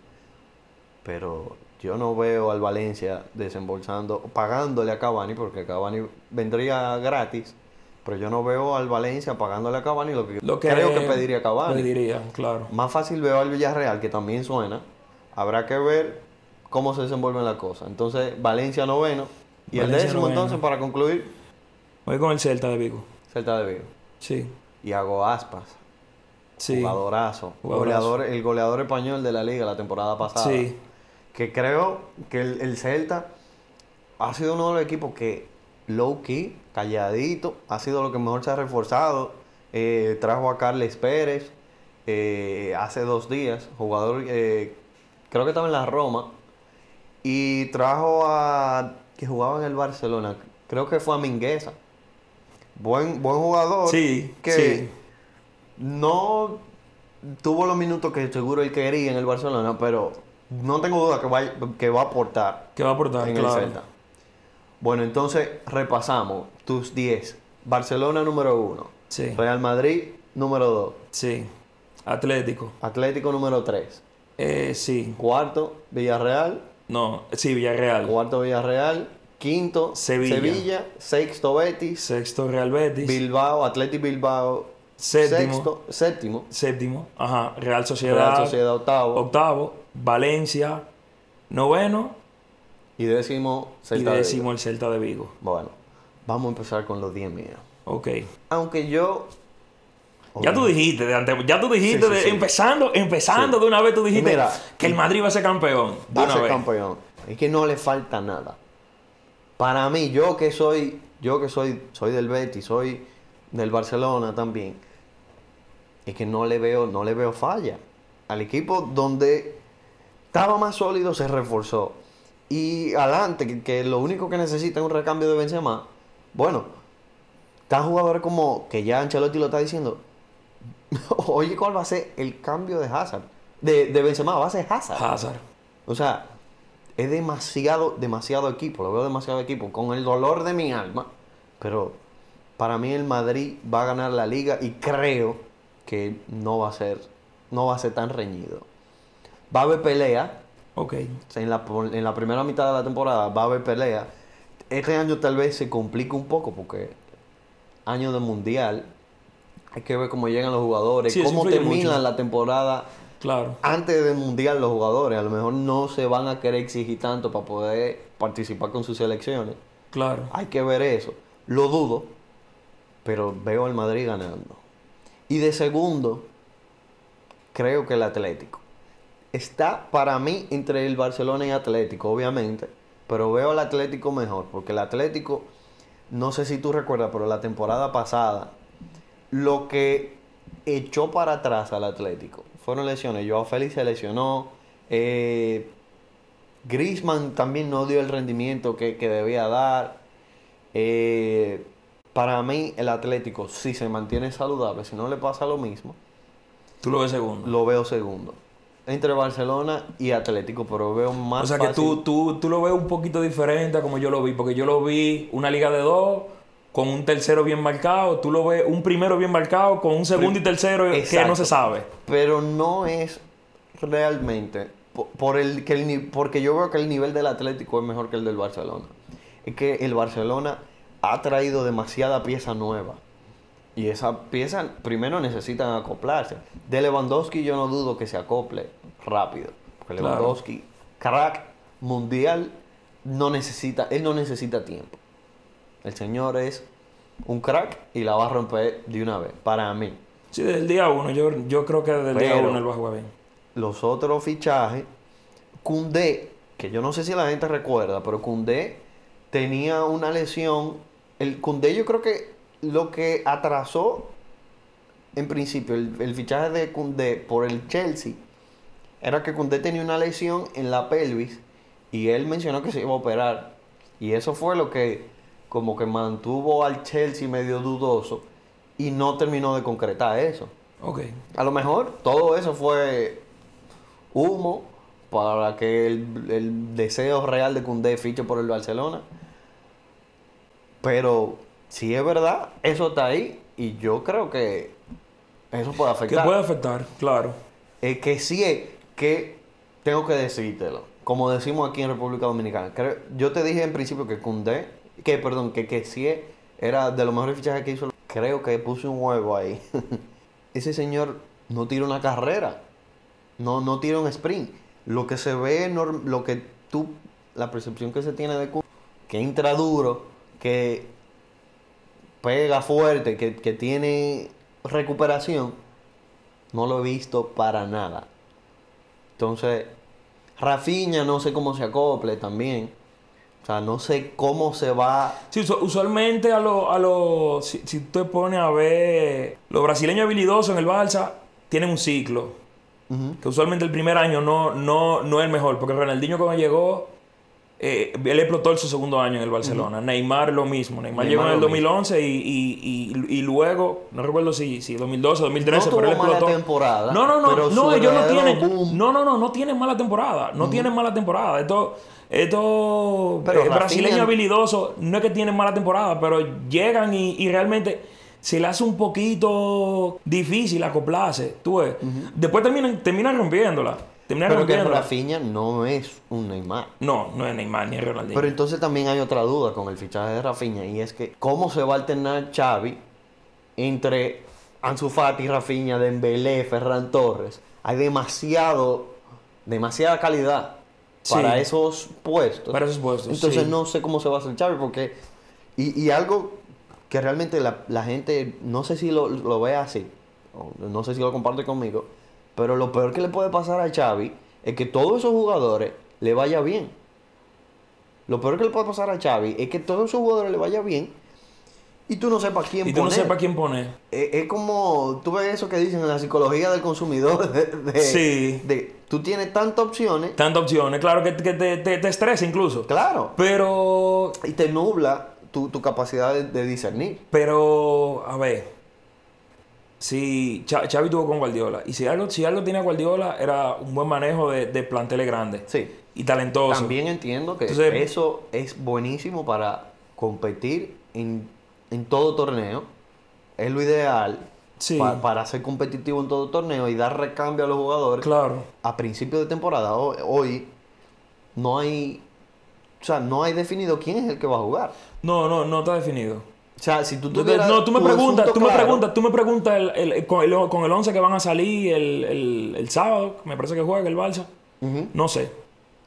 Speaker 1: pero yo no veo al Valencia desembolsando, pagándole a Cavani, porque Cavani vendría gratis, pero yo no veo al Valencia pagándole a Cavani lo que,
Speaker 2: Lo que
Speaker 1: creo que pediría Cavani.
Speaker 2: Pediría, claro.
Speaker 1: Más fácil veo al Villarreal, que también suena. Habrá que ver cómo se desenvuelven las cosas. Entonces, Valencia noveno. Y el
Speaker 2: Valencia
Speaker 1: décimo,
Speaker 2: noveno.
Speaker 1: entonces, para concluir,
Speaker 2: Voy con el Celta de Vigo.
Speaker 1: Celta de Vigo.
Speaker 2: Sí,
Speaker 1: Y hago aspas.
Speaker 2: sí.
Speaker 1: Jugadorazo.
Speaker 2: Jugadorazo.
Speaker 1: Goleador, el goleador español de la liga la temporada pasada.
Speaker 2: Sí,
Speaker 1: Que creo que el, el Celta ha sido uno de los equipos que low key, calladito, ha sido lo que mejor se ha reforzado. Eh, trajo a Carles Pérez eh, hace dos días, jugador, eh, creo que estaba en la Roma. Y trajo a. que jugaba en el Barcelona, creo que fue a Mingueza. Buen, buen jugador.
Speaker 2: sí,
Speaker 1: que
Speaker 2: sí.
Speaker 1: no tuvo los minutos que seguro él quería en el Barcelona, pero no tengo duda que va, que va a aportar
Speaker 2: ¿Qué va a aportar?
Speaker 1: en
Speaker 2: Ah, claro.
Speaker 1: el Celta. Bueno, entonces repasamos tus 10. Barcelona número 1,
Speaker 2: Sí,
Speaker 1: Real Madrid número 2,
Speaker 2: sí. Atlético.
Speaker 1: Atlético número 3,
Speaker 2: Eh, sí,
Speaker 1: cuarto Villarreal,
Speaker 2: no, sí, Villarreal.
Speaker 1: cuarto Villarreal, quinto
Speaker 2: Sevilla.
Speaker 1: sexto Betis,
Speaker 2: Sexto Real Betis.
Speaker 1: Bilbao, Atlético Bilbao,
Speaker 2: Séptimo.
Speaker 1: sexto, séptimo,
Speaker 2: Séptimo, ajá, Real Sociedad.
Speaker 1: Real Sociedad octavo,
Speaker 2: Octavo, Valencia. Noveno
Speaker 1: y décimo Celta
Speaker 2: y
Speaker 1: de Vigo.
Speaker 2: décimo el Celta de Vigo.
Speaker 1: Bueno, vamos a empezar con los 10 míos.
Speaker 2: Ok.
Speaker 1: Aunque yo.
Speaker 2: Ya tú dijiste, de ante- ya tú dijiste,
Speaker 1: Sí, sí,
Speaker 2: de-
Speaker 1: sí.
Speaker 2: empezando, empezando de una vez tú dijiste
Speaker 1: Mira,
Speaker 2: que el Madrid va a ser campeón. De
Speaker 1: Va a
Speaker 2: una
Speaker 1: ser
Speaker 2: vez.
Speaker 1: campeón. Es que no le falta nada. Para mí, yo que soy. Yo que soy. Soy del Betis, soy del Barcelona también. Es que no le veo, no le veo falla. Al equipo donde estaba más sólido se reforzó. Y adelante, que, que lo único que necesita es un recambio de Benzema. Bueno, tan jugadores como que ya Ancelotti lo está diciendo. [laughs] Oye, ¿cuál va a ser el cambio de Hazard? De, de Benzema, va a ser Hazard.
Speaker 2: Hazard.
Speaker 1: O sea, es demasiado, demasiado equipo. Lo veo demasiado equipo. Con el dolor de mi alma. Pero para mí el Madrid va a ganar la liga y creo que no va a ser, no va a ser tan reñido. Va a haber pelea.
Speaker 2: Ok.
Speaker 1: O sea, en la, por- en la primera mitad de la temporada va a haber pelea. Este año tal vez se complique un poco porque año de mundial. Hay que ver cómo llegan los jugadores,
Speaker 2: Sí, eso
Speaker 1: cómo
Speaker 2: influye
Speaker 1: terminan
Speaker 2: mucho.
Speaker 1: la temporada
Speaker 2: Claro.
Speaker 1: Antes del mundial, los jugadores a lo mejor no se van a querer exigir tanto para poder participar con sus selecciones.
Speaker 2: Claro.
Speaker 1: Hay que ver eso. Lo dudo, pero veo al Madrid ganando. Y de segundo, creo que el Atlético. Está para mí entre el Barcelona y Atlético, obviamente, pero veo al Atlético mejor, porque el Atlético, no sé si tú recuerdas, pero la temporada pasada, lo que echó para atrás al Atlético fueron lesiones. Joao Félix se lesionó, eh, Griezmann también no dio el rendimiento que, que debía dar. Eh, para mí, el Atlético, si se mantiene saludable, si no le pasa lo mismo,
Speaker 2: Tú lo ves segundo.
Speaker 1: lo veo segundo. Entre Barcelona y Atlético, pero veo más.
Speaker 2: o sea que tú,
Speaker 1: fácil-
Speaker 2: tú, tú lo ves un poquito diferente a como yo lo vi, porque yo lo vi una liga de dos, con un tercero bien marcado, tú lo ves un primero bien marcado, con un segundo y tercero que no
Speaker 1: Exacto.
Speaker 2: se sabe.
Speaker 1: Pero no es realmente. po- Por el, que el, ni- porque yo veo que el nivel del Atlético es mejor que el del Barcelona. Es que el Barcelona ha traído demasiada pieza nueva. Y esa pieza primero necesitan acoplarse. De Lewandowski yo no dudo que se acople rápido. Porque
Speaker 2: Claro.
Speaker 1: Lewandowski, crack mundial, no necesita, él no necesita tiempo. El señor es un crack y la va a romper de una vez, para mí.
Speaker 2: Sí, del día uno, yo, yo creo que del día
Speaker 1: Pero-
Speaker 2: uno él va a jugar bien.
Speaker 1: los otros fichajes, Cundé, que yo no sé si la gente recuerda, pero Cundé tenía una lesión. El Cundé yo creo que lo que atrasó en principio el, el fichaje de Cundé por el Chelsea era que Cundé tenía una lesión en la pelvis y él mencionó que se iba a operar. Y eso fue lo que como que mantuvo al Chelsea medio dudoso y no terminó de concretar eso.
Speaker 2: Ok.
Speaker 1: A lo mejor todo eso fue humo para que el, el deseo real de Cundé fiche por el Barcelona. Pero si es verdad, eso está ahí y yo creo que eso puede
Speaker 2: Que
Speaker 1: afectar.
Speaker 2: puede afectar, claro.
Speaker 1: Eh, que sí es que tengo que decírtelo. Como decimos aquí en República Dominicana. Creo- yo te dije en principio que Cundé, que perdón, que que sí es- era de los mejores fichajes que hizo. Creo que puse un huevo ahí. [laughs] Ese señor no tira una carrera. No, no tira un sprint. Lo que se ve, norm- lo que tú, la percepción que se tiene de Cundé, que entra duro, que pega fuerte, que, que tiene recuperación, no lo he visto para nada. Entonces, Rafinha no sé cómo se acople también. O sea, no sé cómo se va.
Speaker 2: Sí, usu- usualmente a los... A lo, si, si tú te pones a ver... Los brasileños habilidosos en el Barça tienen un ciclo.
Speaker 1: Ujú.
Speaker 2: Que usualmente el primer año no, no, no es el mejor. Porque Ronaldinho cuando llegó... eh, él explotó en su segundo año en el Barcelona. Neymar lo mismo. Neymar,
Speaker 1: Neymar
Speaker 2: llegó en el
Speaker 1: lo mismo.
Speaker 2: 2011 y, y, y, y luego... No recuerdo si, si 2012 o 2013,
Speaker 1: No
Speaker 2: pero él
Speaker 1: tuvo mala
Speaker 2: explotó.
Speaker 1: temporada,
Speaker 2: No, no, no.
Speaker 1: pero su
Speaker 2: no, ellos no
Speaker 1: verdadero
Speaker 2: tienen...
Speaker 1: boom- Mm.
Speaker 2: No, no, no. No tienen mala temporada. No tienen mala temporada. Esto... Esto
Speaker 1: Pero
Speaker 2: eh,
Speaker 1: Rafinha-
Speaker 2: brasileño habilidoso, no es que tienen mala temporada, pero llegan y, y realmente se le hace un poquito difícil acoplarse, tú ves. Después terminan, terminan rompiéndola. Terminan
Speaker 1: Pero que
Speaker 2: rompiéndola.
Speaker 1: Rafinha no es un Neymar.
Speaker 2: No, no es Neymar ni es Ronaldinho.
Speaker 1: Pero entonces también hay otra duda con el fichaje de Rafinha y es que cómo se va a alternar Xavi entre Ansu Fati, Rafinha, Dembélé, Ferran Torres. Hay demasiado, demasiada calidad
Speaker 2: Sí.
Speaker 1: para esos puestos.
Speaker 2: Para esos puestos,
Speaker 1: Entonces
Speaker 2: sí.
Speaker 1: no sé cómo se va a hacer Xavi porque y, y algo que realmente la, la gente no sé si lo, lo ve así, o no sé si lo comparte conmigo, pero lo peor que le puede pasar a Xavi es que todos esos jugadores le vaya bien. Lo peor que le puede pasar a Xavi es que todos esos jugadores le vaya bien y tú no sepas quién
Speaker 2: y tú no
Speaker 1: poner.
Speaker 2: sepas quién poner.
Speaker 1: Eh, Es, como, tú ves eso que dicen en la psicología del consumidor. [laughs] De, de-
Speaker 2: Sí.
Speaker 1: de- tú tienes tantas opciones,
Speaker 2: Tantas opciones, claro que, que te, te, te estresa incluso.
Speaker 1: claro,
Speaker 2: Pero,
Speaker 1: y te nubla tu, tu capacidad de, de discernir.
Speaker 2: pero, a ver. Si Cha- Xavi tuvo con Guardiola, y si algo, si algo tenía Guardiola, era un buen manejo de, de planteles grandes.
Speaker 1: Sí.
Speaker 2: y talentoso.
Speaker 1: También entiendo que
Speaker 2: Entonces-
Speaker 1: eso es buenísimo para competir en, en todo torneo. Es lo ideal
Speaker 2: Sí.
Speaker 1: pa- para ser competitivo en todo torneo y dar recambio a los jugadores.
Speaker 2: Claro.
Speaker 1: A principio de temporada, ho- hoy, no hay. O sea, no hay definido quién es el que va a jugar.
Speaker 2: No, no, no está definido.
Speaker 1: O sea, si tú
Speaker 2: No,
Speaker 1: tuvieras
Speaker 2: no, tú me
Speaker 1: tu
Speaker 2: preguntas,
Speaker 1: asunto
Speaker 2: tú me
Speaker 1: claro,
Speaker 2: preguntas, tú me preguntas el- el- el- con, el, con el 11 que van a salir el, el- el sábado, que me parece que juega el Balsa. No sé.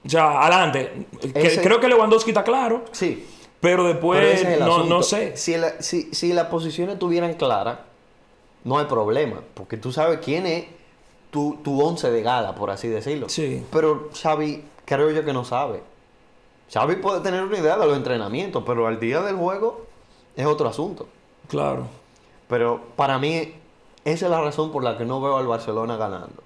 Speaker 2: O sea, adelante. Que-
Speaker 1: Ese-
Speaker 2: creo que Lewandowski está claro,
Speaker 1: Sí.
Speaker 2: pero
Speaker 1: pero
Speaker 2: después
Speaker 1: ese es el
Speaker 2: Pues, no,
Speaker 1: asunto.
Speaker 2: no sé.
Speaker 1: Si, la- si, si las posiciones estuvieran claras, no hay problema. Porque tú sabes quién es tu, tu once de gala, por así decirlo.
Speaker 2: Sí.
Speaker 1: Pero Xavi, creo yo que no sabe. Xavi puede tener una idea de los entrenamientos, pero al día del juego es otro asunto.
Speaker 2: Claro.
Speaker 1: Pero para mí, esa es la razón por la que no veo al Barcelona ganando.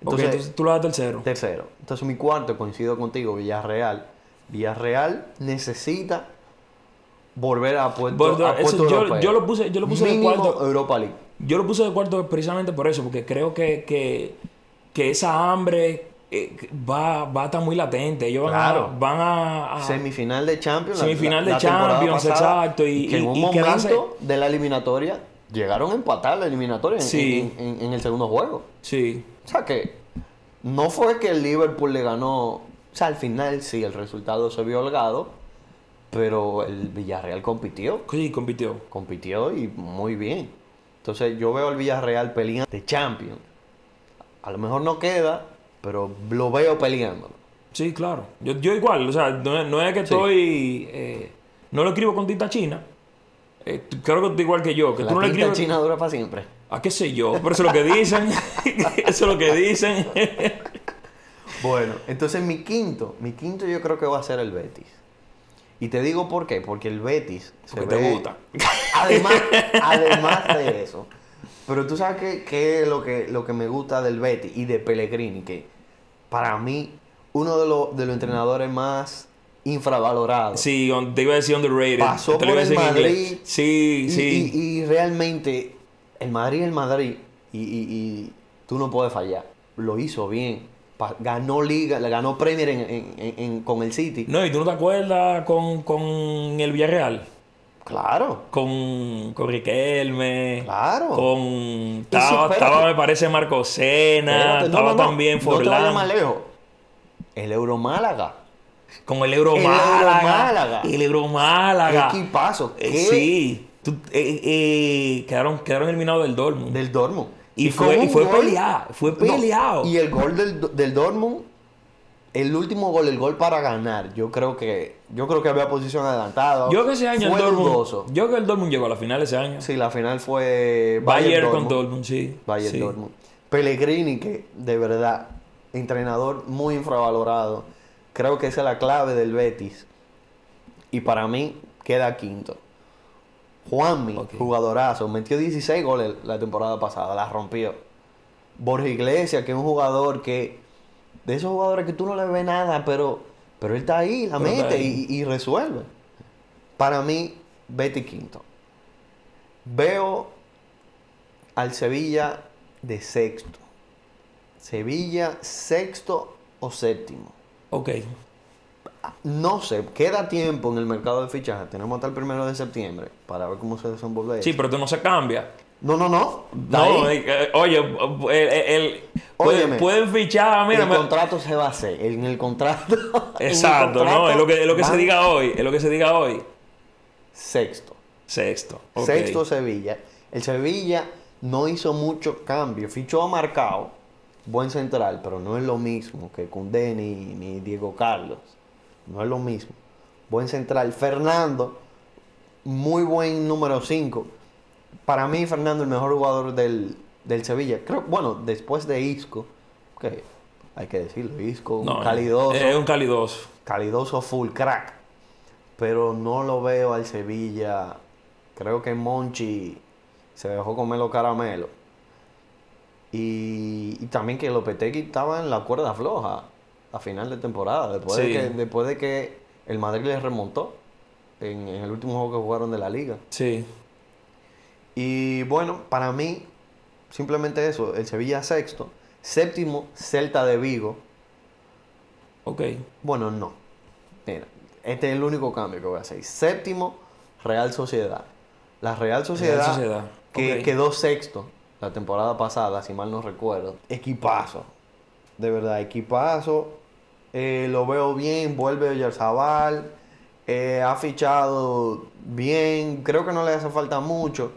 Speaker 2: Entonces,
Speaker 1: Entonces,
Speaker 2: entonces tú lo das tercero.
Speaker 1: tercero. Entonces, mi cuarto, coincido contigo, Villarreal. Villarreal necesita volver a puerto,
Speaker 2: Volver-
Speaker 1: a puerto
Speaker 2: eso yo-
Speaker 1: europeo.
Speaker 2: yo lo puse- yo lo puse de
Speaker 1: Mínimo
Speaker 2: cuarto.
Speaker 1: Europa League.
Speaker 2: Yo lo puse de cuarto precisamente por eso, porque creo que, que, que esa hambre eh, va, va a estar muy latente. Ellos van
Speaker 1: Claro.
Speaker 2: a... Van a, a-
Speaker 1: Semifinal de Champions. la-
Speaker 2: Ah. Semifinal
Speaker 1: la-
Speaker 2: de
Speaker 1: la temporada
Speaker 2: Champions,
Speaker 1: pasada,
Speaker 2: exacto, y-
Speaker 1: que en
Speaker 2: y-
Speaker 1: un
Speaker 2: y
Speaker 1: momento
Speaker 2: quedarse-
Speaker 1: de la eliminatoria llegaron a empatar la eliminatoria en-
Speaker 2: Sí.
Speaker 1: en- en- en el segundo juego.
Speaker 2: Sí,
Speaker 1: O sea que no fue que el Liverpool le ganó. O sea, al final sí, el resultado se vio holgado, pero el Villarreal compitió.
Speaker 2: sí, compitió.
Speaker 1: Compitió y muy bien. Entonces yo veo al Villarreal peleando de Champions. A lo mejor no queda, pero lo veo peleándolo.
Speaker 2: Sí, claro. Yo, yo igual, o sea, no, no es que
Speaker 1: Sí.
Speaker 2: estoy... eh, no lo escribo con tinta china. Eh, tú- creo que tú igual que yo, que
Speaker 1: La
Speaker 2: tú no lo
Speaker 1: tinta
Speaker 2: escribes...
Speaker 1: china dura para siempre.
Speaker 2: ¿A qué sé yo? Pero eso es lo que
Speaker 1: [laughs]
Speaker 2: dicen. [laughs] eso es lo que dicen.
Speaker 1: Bueno, entonces mi quinto, mi quinto yo creo que va a ser el Betis. Y te digo por qué, porque el Betis se
Speaker 2: Porque te
Speaker 1: ve-
Speaker 2: gusta.
Speaker 1: [laughs] Además, además de eso. Pero tú sabes qué qué es lo que, lo que me gusta del Betis y de Pellegrini, que para mí uno de, los- de los entrenadores más infravalorados.
Speaker 2: Sí, on- te iba a decir underrated.
Speaker 1: Pasó
Speaker 2: Te lo iba a
Speaker 1: por el
Speaker 2: decir en inglés.
Speaker 1: Madrid.
Speaker 2: Sí,
Speaker 1: Y,
Speaker 2: sí.
Speaker 1: y- y realmente el Madrid es el Madrid y, y- y tú no puedes fallar. Lo hizo bien. Pa- Ganó Liga, le ganó Premier en- en- en- en- con el City.
Speaker 2: No, y tú no te acuerdas con, con el Villarreal.
Speaker 1: Claro.
Speaker 2: Con, con Riquelme.
Speaker 1: Claro.
Speaker 2: Con.
Speaker 1: sí,
Speaker 2: Estaba,
Speaker 1: espérate.
Speaker 2: estaba, me parece, Marco Sena.
Speaker 1: Espérate, no,
Speaker 2: estaba
Speaker 1: no, no.
Speaker 2: también
Speaker 1: No te vayas más
Speaker 2: Forlán.
Speaker 1: lejos. El Euro Málaga.
Speaker 2: con el Euro
Speaker 1: eh. El
Speaker 2: Málaga.
Speaker 1: Euromálaga.
Speaker 2: El Euro Málaga.
Speaker 1: Qué equipazo.
Speaker 2: Eh,
Speaker 1: Qué-
Speaker 2: sí. Tú- eh, eh, quedaron, quedaron eliminados del Dortmund.
Speaker 1: Del Dortmund.
Speaker 2: Y
Speaker 1: con
Speaker 2: fue- y
Speaker 1: un
Speaker 2: fue peleado, fue peleado.
Speaker 1: y el gol del, del Dortmund, el último gol, el gol para ganar, yo creo que yo creo que había posición adelantada.
Speaker 2: Yo que ese año
Speaker 1: fue
Speaker 2: el Dortmund.
Speaker 1: dudoso.
Speaker 2: Yo creo que el Dortmund llegó a la final ese año.
Speaker 1: Sí, la final fue
Speaker 2: Bayern, con
Speaker 1: Dortmund.
Speaker 2: Dortmund, sí.
Speaker 1: Bayern
Speaker 2: sí.
Speaker 1: Dortmund. Pellegrini, que de verdad, entrenador muy infravalorado. Creo que esa es la clave del Betis. Y para mí, queda quinto. Juanmi,
Speaker 2: Ok.
Speaker 1: jugadorazo, metió 16 goles la temporada pasada, la rompió. Borja Iglesias, que es un jugador que. De esos jugadores que tú no le ves nada, pero, pero él está ahí, la
Speaker 2: Pero está
Speaker 1: mete
Speaker 2: ahí.
Speaker 1: y- y resuelve. Para mí, Betis quinto. Veo al Sevilla de sexto. Sevilla sexto o séptimo.
Speaker 2: Ok.
Speaker 1: No sé, queda tiempo en el mercado de fichajes. Tenemos hasta el primero de septiembre para ver cómo se desenvuelve.
Speaker 2: Sí,
Speaker 1: eso.
Speaker 2: pero tú no se cambia.
Speaker 1: No, no, no. está
Speaker 2: No,
Speaker 1: ahí.
Speaker 2: eh, eh, oye, el, el- el- puede-
Speaker 1: Óyeme.
Speaker 2: pueden fichar, mira,
Speaker 1: el
Speaker 2: me-
Speaker 1: contrato se va a hacer. En el contrato. [laughs] en el
Speaker 2: exacto, no,
Speaker 1: contrato
Speaker 2: es lo que, es lo que se
Speaker 1: van
Speaker 2: diga hoy, es lo que se diga hoy.
Speaker 1: Sexto.
Speaker 2: Sexto. ok.
Speaker 1: Sexto Sevilla. El Sevilla no hizo mucho cambio. Fichó a Marcao, buen central, pero no es lo mismo que Cundé ni, ni Diego Carlos. No es lo mismo. Buen central. Fernando, muy buen número 5. Para mí, Fernando, el mejor jugador del, del Sevilla. Creo, bueno, después de Isco, que hay que decirlo, Isco, un
Speaker 2: No, eh,
Speaker 1: calidoso
Speaker 2: Es un calidoso.
Speaker 1: calidoso full crack. Pero no lo veo al Sevilla. Creo que Monchi se dejó comer los caramelos. Y, y también que Lopetegui estaba en la cuerda floja a final de temporada, después, de,
Speaker 2: Sí.
Speaker 1: que, después de que el Madrid les remontó en, en el último juego que jugaron de la liga.
Speaker 2: Sí.
Speaker 1: Y bueno, para mí, simplemente eso, el Sevilla sexto, séptimo, Celta de Vigo,
Speaker 2: Ok.
Speaker 1: bueno, no. Mira, este es el único cambio que voy a hacer. Séptimo, Real Sociedad. La Real Sociedad,
Speaker 2: Sociedad,
Speaker 1: que
Speaker 2: ok.
Speaker 1: quedó sexto la temporada pasada, si mal no recuerdo. Equipazo. De verdad, equipazo. Eh, lo veo bien, vuelve Oyarzabal. eh, ha fichado bien, creo que no le hace falta mucho,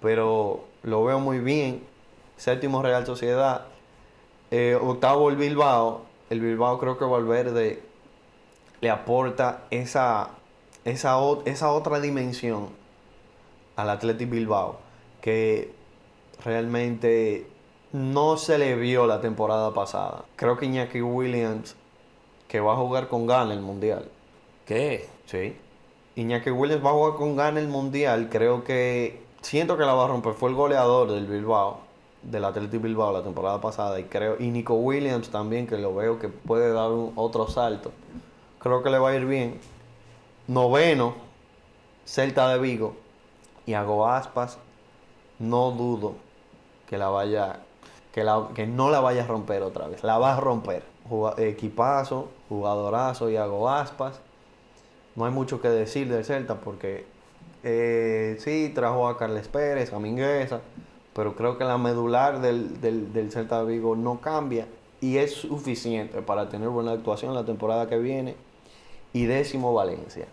Speaker 1: pero lo veo muy bien. Séptimo Real Sociedad, eh, octavo el Bilbao, el Bilbao creo que Valverde le aporta esa, esa, o- esa otra dimensión al Athletic Bilbao que realmente no se le vio la temporada pasada. Creo que Iñaki Williams, que va a jugar con Gana el Mundial.
Speaker 2: ¿Qué?
Speaker 1: Sí. Iñaki Williams va a jugar con Gana el Mundial. Creo que siento que la va a romper. Fue el goleador del Bilbao, del Athletic Bilbao la temporada pasada. Y creo, y Nico Williams también, que lo veo que puede dar un- otro salto. Creo que le va a ir bien. Noveno, Celta de Vigo. Y hago aspas. No dudo que la vaya. Que, la, que no la vaya a romper otra vez. La va a romper. Juga- equipazo, jugadorazo y hago aspas no hay mucho que decir del Celta porque eh, sí, trajo a Carles Pérez, a Mingueza, pero creo que la medular del, del, del Celta de Vigo no cambia y es suficiente para tener buena actuación la temporada que viene. Y décimo, Valencia.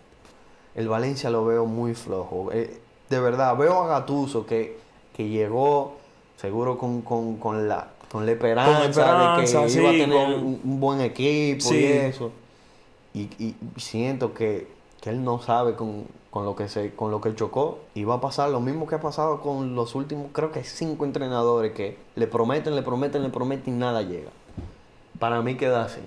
Speaker 1: El Valencia lo veo muy flojo. eh, de verdad, veo a Gatuso que, que llegó seguro con, con, con la, con la esperanza, de
Speaker 2: esperanza,
Speaker 1: que
Speaker 2: sí,
Speaker 1: iba a tener
Speaker 2: con-
Speaker 1: un, un buen equipo
Speaker 2: Sí.
Speaker 1: y eso y, y siento que, que él no sabe con, con lo que se con lo que chocó y va a pasar lo mismo que ha pasado con los últimos creo que cinco entrenadores que le prometen le prometen le prometen y nada llega para mí queda así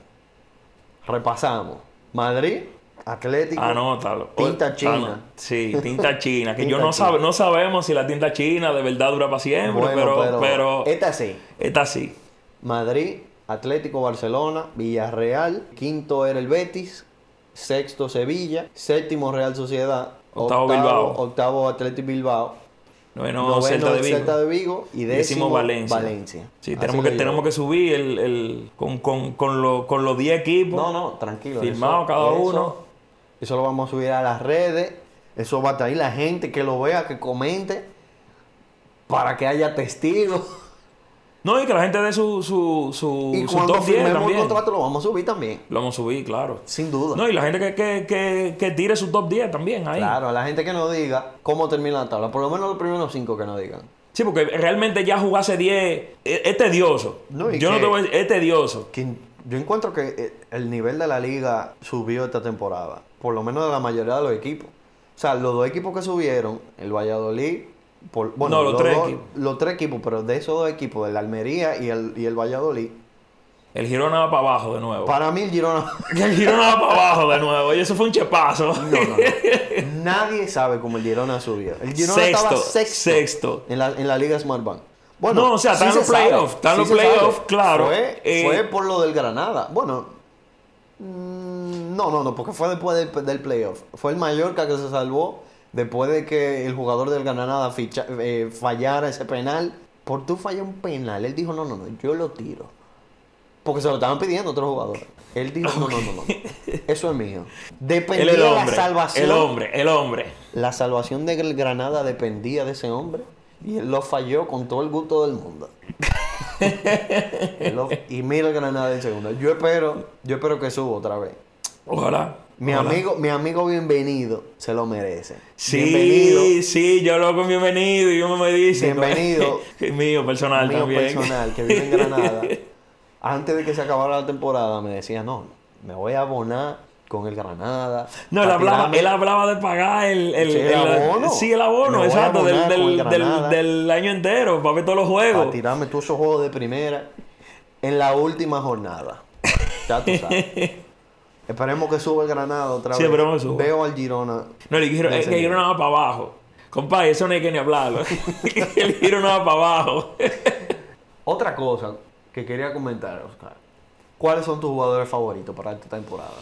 Speaker 1: repasamos Madrid Atlético
Speaker 2: Ah, Anótalo. O-
Speaker 1: Tinta
Speaker 2: ano-
Speaker 1: china.
Speaker 2: sí,
Speaker 1: [laughs]
Speaker 2: tinta china. Que yo
Speaker 1: Tinta
Speaker 2: no, sabe,
Speaker 1: china.
Speaker 2: no sabemos si la tinta china de verdad dura para siempre,
Speaker 1: Bueno, este
Speaker 2: pero, pero,
Speaker 1: esta sí
Speaker 2: está así.
Speaker 1: Madrid Atlético Barcelona Villarreal quinto era el Betis sexto Sevilla séptimo Real Sociedad
Speaker 2: Octavo Bilbao.
Speaker 1: octavo Atlético Bilbao
Speaker 2: Noveno,
Speaker 1: Noveno
Speaker 2: Celta de Vigo.
Speaker 1: Celta de Vigo y décimo, Valencia.
Speaker 2: Sí,
Speaker 1: Así
Speaker 2: tenemos
Speaker 1: lo
Speaker 2: que, tenemos
Speaker 1: llevo.
Speaker 2: que subir el, el- con, con, con, lo- con los 10 equipos.
Speaker 1: No, no, tranquilo.
Speaker 2: Firmado
Speaker 1: eso-
Speaker 2: cada
Speaker 1: eso-
Speaker 2: uno.
Speaker 1: Eso lo vamos a subir a las redes. Eso va a traer la gente que lo vea, que comente. Para que haya testigos.
Speaker 2: No, y que la gente dé su, su, su,
Speaker 1: Y
Speaker 2: su
Speaker 1: cuando
Speaker 2: top 10
Speaker 1: firmemos el
Speaker 2: también.
Speaker 1: contrato lo vamos a subir también.
Speaker 2: Lo vamos a subir, claro.
Speaker 1: Sin duda.
Speaker 2: No, y la gente que, que, que, que tire su top 10 también ahí.
Speaker 1: claro, a la gente que nos diga cómo termina la tabla. Por lo menos los primeros cinco que nos digan.
Speaker 2: Sí, porque realmente ya jugarse 10 es, E, este es tedioso.
Speaker 1: No, y
Speaker 2: Yo no
Speaker 1: que-
Speaker 2: te voy a decir, este es tedioso.
Speaker 1: que yo encuentro que eh, el nivel de la liga subió esta temporada, por lo menos de la mayoría de los equipos. O sea, los dos equipos que subieron, el Valladolid, por, bueno,
Speaker 2: No, los tres
Speaker 1: dos-
Speaker 2: equipos.
Speaker 1: los tres equipos, pero de esos dos equipos, el Almería y el, y el Valladolid,
Speaker 2: El Girona va para abajo de nuevo.
Speaker 1: para mí el Girona,
Speaker 2: [laughs] El Girona va para abajo de nuevo. Y eso fue un chepazo. [laughs]
Speaker 1: nadie sabe cómo el Girona subió. El Girona
Speaker 2: Sexto,
Speaker 1: estaba sexto,
Speaker 2: sexto.
Speaker 1: en, la, en la liga Smart Bank.
Speaker 2: No, o sea, está en
Speaker 1: se
Speaker 2: los
Speaker 1: sabe,
Speaker 2: playoffs, está en los
Speaker 1: se sabe.
Speaker 2: playoffs, claro.
Speaker 1: Fue,
Speaker 2: Eh,
Speaker 1: fue por lo del Granada. Bueno, mm, no, no, no, porque fue después del, del playoff. Fue el Mallorca que se salvó después de que el jugador del Granada ficha- eh, fallara ese penal. Por tú falla un penal, él dijo, no, no, no, yo lo tiro. Porque se lo estaban pidiendo otros jugadores. Él dijo, no, no, no, no. Eso es mío.
Speaker 2: Él
Speaker 1: Dependía
Speaker 2: el
Speaker 1: la
Speaker 2: hombre.
Speaker 1: salvación.
Speaker 2: El hombre, el hombre.
Speaker 1: La salvación de Gr- Granada dependía de ese hombre y él lo falló con todo el gusto del mundo. Él lo- y mira el Granada en segundo. Yo espero, yo espero que suba otra vez.
Speaker 2: Ojalá.
Speaker 1: Mi
Speaker 2: ojalá.
Speaker 1: amigo, mi amigo bienvenido se lo merece.
Speaker 2: Sí,
Speaker 1: bienvenido,
Speaker 2: sí, yo lo hago con bienvenido y uno me dice.
Speaker 1: Bienvenido.
Speaker 2: [laughs] Es mío personal
Speaker 1: mío
Speaker 2: también.
Speaker 1: personal que vive en
Speaker 2: [laughs]
Speaker 1: Granada. Antes de que se acabara la temporada me decía, "No, me voy a abonar con el Granada."
Speaker 2: No, él
Speaker 1: para
Speaker 2: hablaba,
Speaker 1: tirarme".
Speaker 2: él hablaba de pagar el, el,
Speaker 1: Sí, el abono.
Speaker 2: Sí, el
Speaker 1: Me
Speaker 2: abono,
Speaker 1: voy a
Speaker 2: exacto, del,
Speaker 1: abonar con
Speaker 2: del,
Speaker 1: el
Speaker 2: del,
Speaker 1: Granada.
Speaker 2: del año entero, para ver todos los
Speaker 1: Para
Speaker 2: juegos.
Speaker 1: tirarme todos esos juegos de primera en la última jornada. Ya tú sabes.
Speaker 2: [laughs]
Speaker 1: Esperemos que suba el Granada otra
Speaker 2: Sí,
Speaker 1: vez.
Speaker 2: esperemos que suba.
Speaker 1: Veo al Girona.
Speaker 2: No, el giro,
Speaker 1: Ya
Speaker 2: el
Speaker 1: se
Speaker 2: giro no va para abajo. Compadre, eso no hay que
Speaker 1: [laughs]
Speaker 2: ni hablarlo. [laughs] el giro no va para abajo.
Speaker 1: Otra cosa que quería comentar, Oscar. ¿Cuáles son tus jugadores favoritos para esta temporada?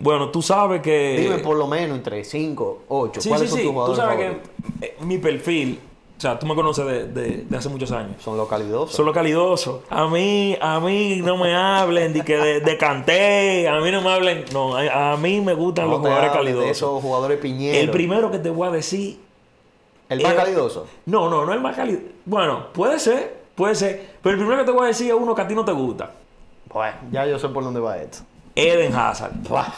Speaker 2: Bueno, tú sabes que.
Speaker 1: Dime por lo menos entre 5, 8.
Speaker 2: Eh, Sí, sí,
Speaker 1: ¿Cuáles son
Speaker 2: sí.
Speaker 1: tus
Speaker 2: Tú
Speaker 1: jugadores
Speaker 2: sabes
Speaker 1: favoritos?
Speaker 2: que eh, mi perfil, o sea, tú me conoces de, de- de hace muchos años.
Speaker 1: Son los calidosos.
Speaker 2: Solo calidoso. A mí, a mí no me hablen de que de, de canté. A mí no me hablen. No, a, a mí me gustan
Speaker 1: No
Speaker 2: los
Speaker 1: te
Speaker 2: jugadores
Speaker 1: hables de
Speaker 2: calidosos.
Speaker 1: esos jugadores piñeros.
Speaker 2: El primero que te voy a decir.
Speaker 1: ¿El más
Speaker 2: eh,
Speaker 1: calidoso.
Speaker 2: No, no, no el más calidoso. Bueno, puede ser, puede ser. Pero el primero que te voy a decir es uno que a ti no te gusta.
Speaker 1: Bueno, ya yo sé por dónde va esto.
Speaker 2: Eden Hazard.
Speaker 1: Buah.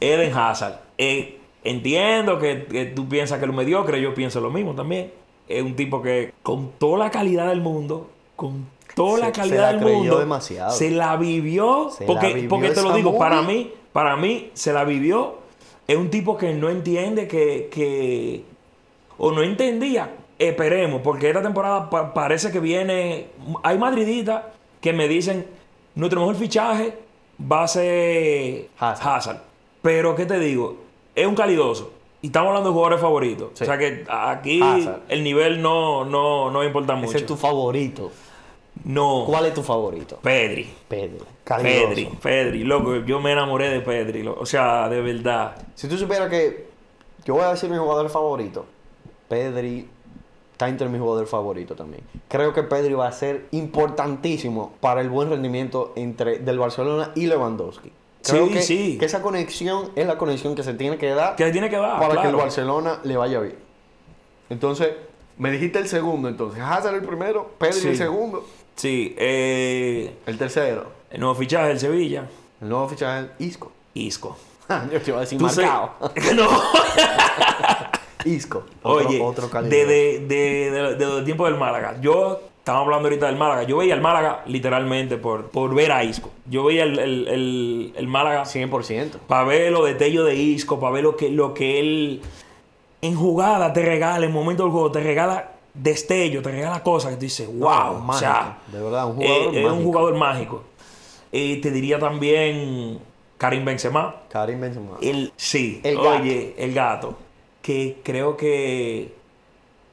Speaker 2: Eden Hazard. Eh, entiendo que, que tú piensas que es un mediocre, yo pienso lo mismo también. Es un tipo que con toda la calidad del mundo, con toda la
Speaker 1: Se- se
Speaker 2: calidad
Speaker 1: la
Speaker 2: del
Speaker 1: creyó
Speaker 2: mundo,
Speaker 1: demasiado.
Speaker 2: se la vivió,
Speaker 1: Se la
Speaker 2: porque,
Speaker 1: vivió
Speaker 2: porque te lo
Speaker 1: esa
Speaker 2: digo, para
Speaker 1: movie.
Speaker 2: mí, para mí se la vivió. Es un tipo que no entiende que, que- o no entendía, esperemos, porque esta temporada pa- parece que viene. Hay madriditas que me dicen: nuestro mejor fichaje va a ser
Speaker 1: Hazard.
Speaker 2: Hazard. Pero, ¿qué te digo? Es un calidoso. Y estamos hablando de jugadores favoritos.
Speaker 1: Sí.
Speaker 2: O sea que aquí
Speaker 1: Hazard.
Speaker 2: el nivel no, no, no importa mucho.
Speaker 1: Ese es tu favorito.
Speaker 2: No.
Speaker 1: ¿Cuál es tu favorito?
Speaker 2: Pedri.
Speaker 1: Pedro.
Speaker 2: Pedri. Pedri. Loco, yo me enamoré de Pedri. lo- O sea, de verdad.
Speaker 1: Si tú supieras que yo voy a decir mi jugador favorito, Pedri está entre mis jugadores favoritos también. Creo que Pedri va a ser importantísimo para el buen rendimiento entre del Barcelona y Lewandowski. Creo
Speaker 2: Sí,
Speaker 1: que,
Speaker 2: sí.
Speaker 1: que esa conexión es la conexión que se tiene que dar
Speaker 2: Que tiene que dar.
Speaker 1: para que el
Speaker 2: Ah, claro.
Speaker 1: Barcelona le vaya bien. Entonces, me dijiste el segundo, entonces Hazard el primero, Pedri
Speaker 2: Sí.
Speaker 1: el segundo,
Speaker 2: Sí. Eh,
Speaker 1: el tercero,
Speaker 2: el nuevo fichaje del Sevilla.
Speaker 1: el nuevo fichaje Isco. [laughs] Ah,
Speaker 2: Isco.
Speaker 1: yo te iba a decir
Speaker 2: Tú sé-
Speaker 1: marcado.
Speaker 2: [laughs] no.
Speaker 1: Isco. Otro,
Speaker 2: Oye,
Speaker 1: otro
Speaker 2: de,
Speaker 1: calibre.
Speaker 2: de, de, de- de los tiempos del Málaga. Yo estaba hablando ahorita del Málaga. Yo veía el Málaga literalmente por, por ver a Isco. Yo veía el, el, el- el Málaga
Speaker 1: 100%.
Speaker 2: para ver los detalles de Isco, para ver lo que, lo que él en jugada te regala, en momento del juego te regala destello, te regala cosas que tú dices, wow,
Speaker 1: mágico,
Speaker 2: o sea,
Speaker 1: de verdad, un jugador
Speaker 2: eh, es un
Speaker 1: mágico.
Speaker 2: jugador mágico. Eh, te diría también Karim Benzema.
Speaker 1: Karim Benzema.
Speaker 2: El, sí,
Speaker 1: El gato.
Speaker 2: oye, el gato. Que creo que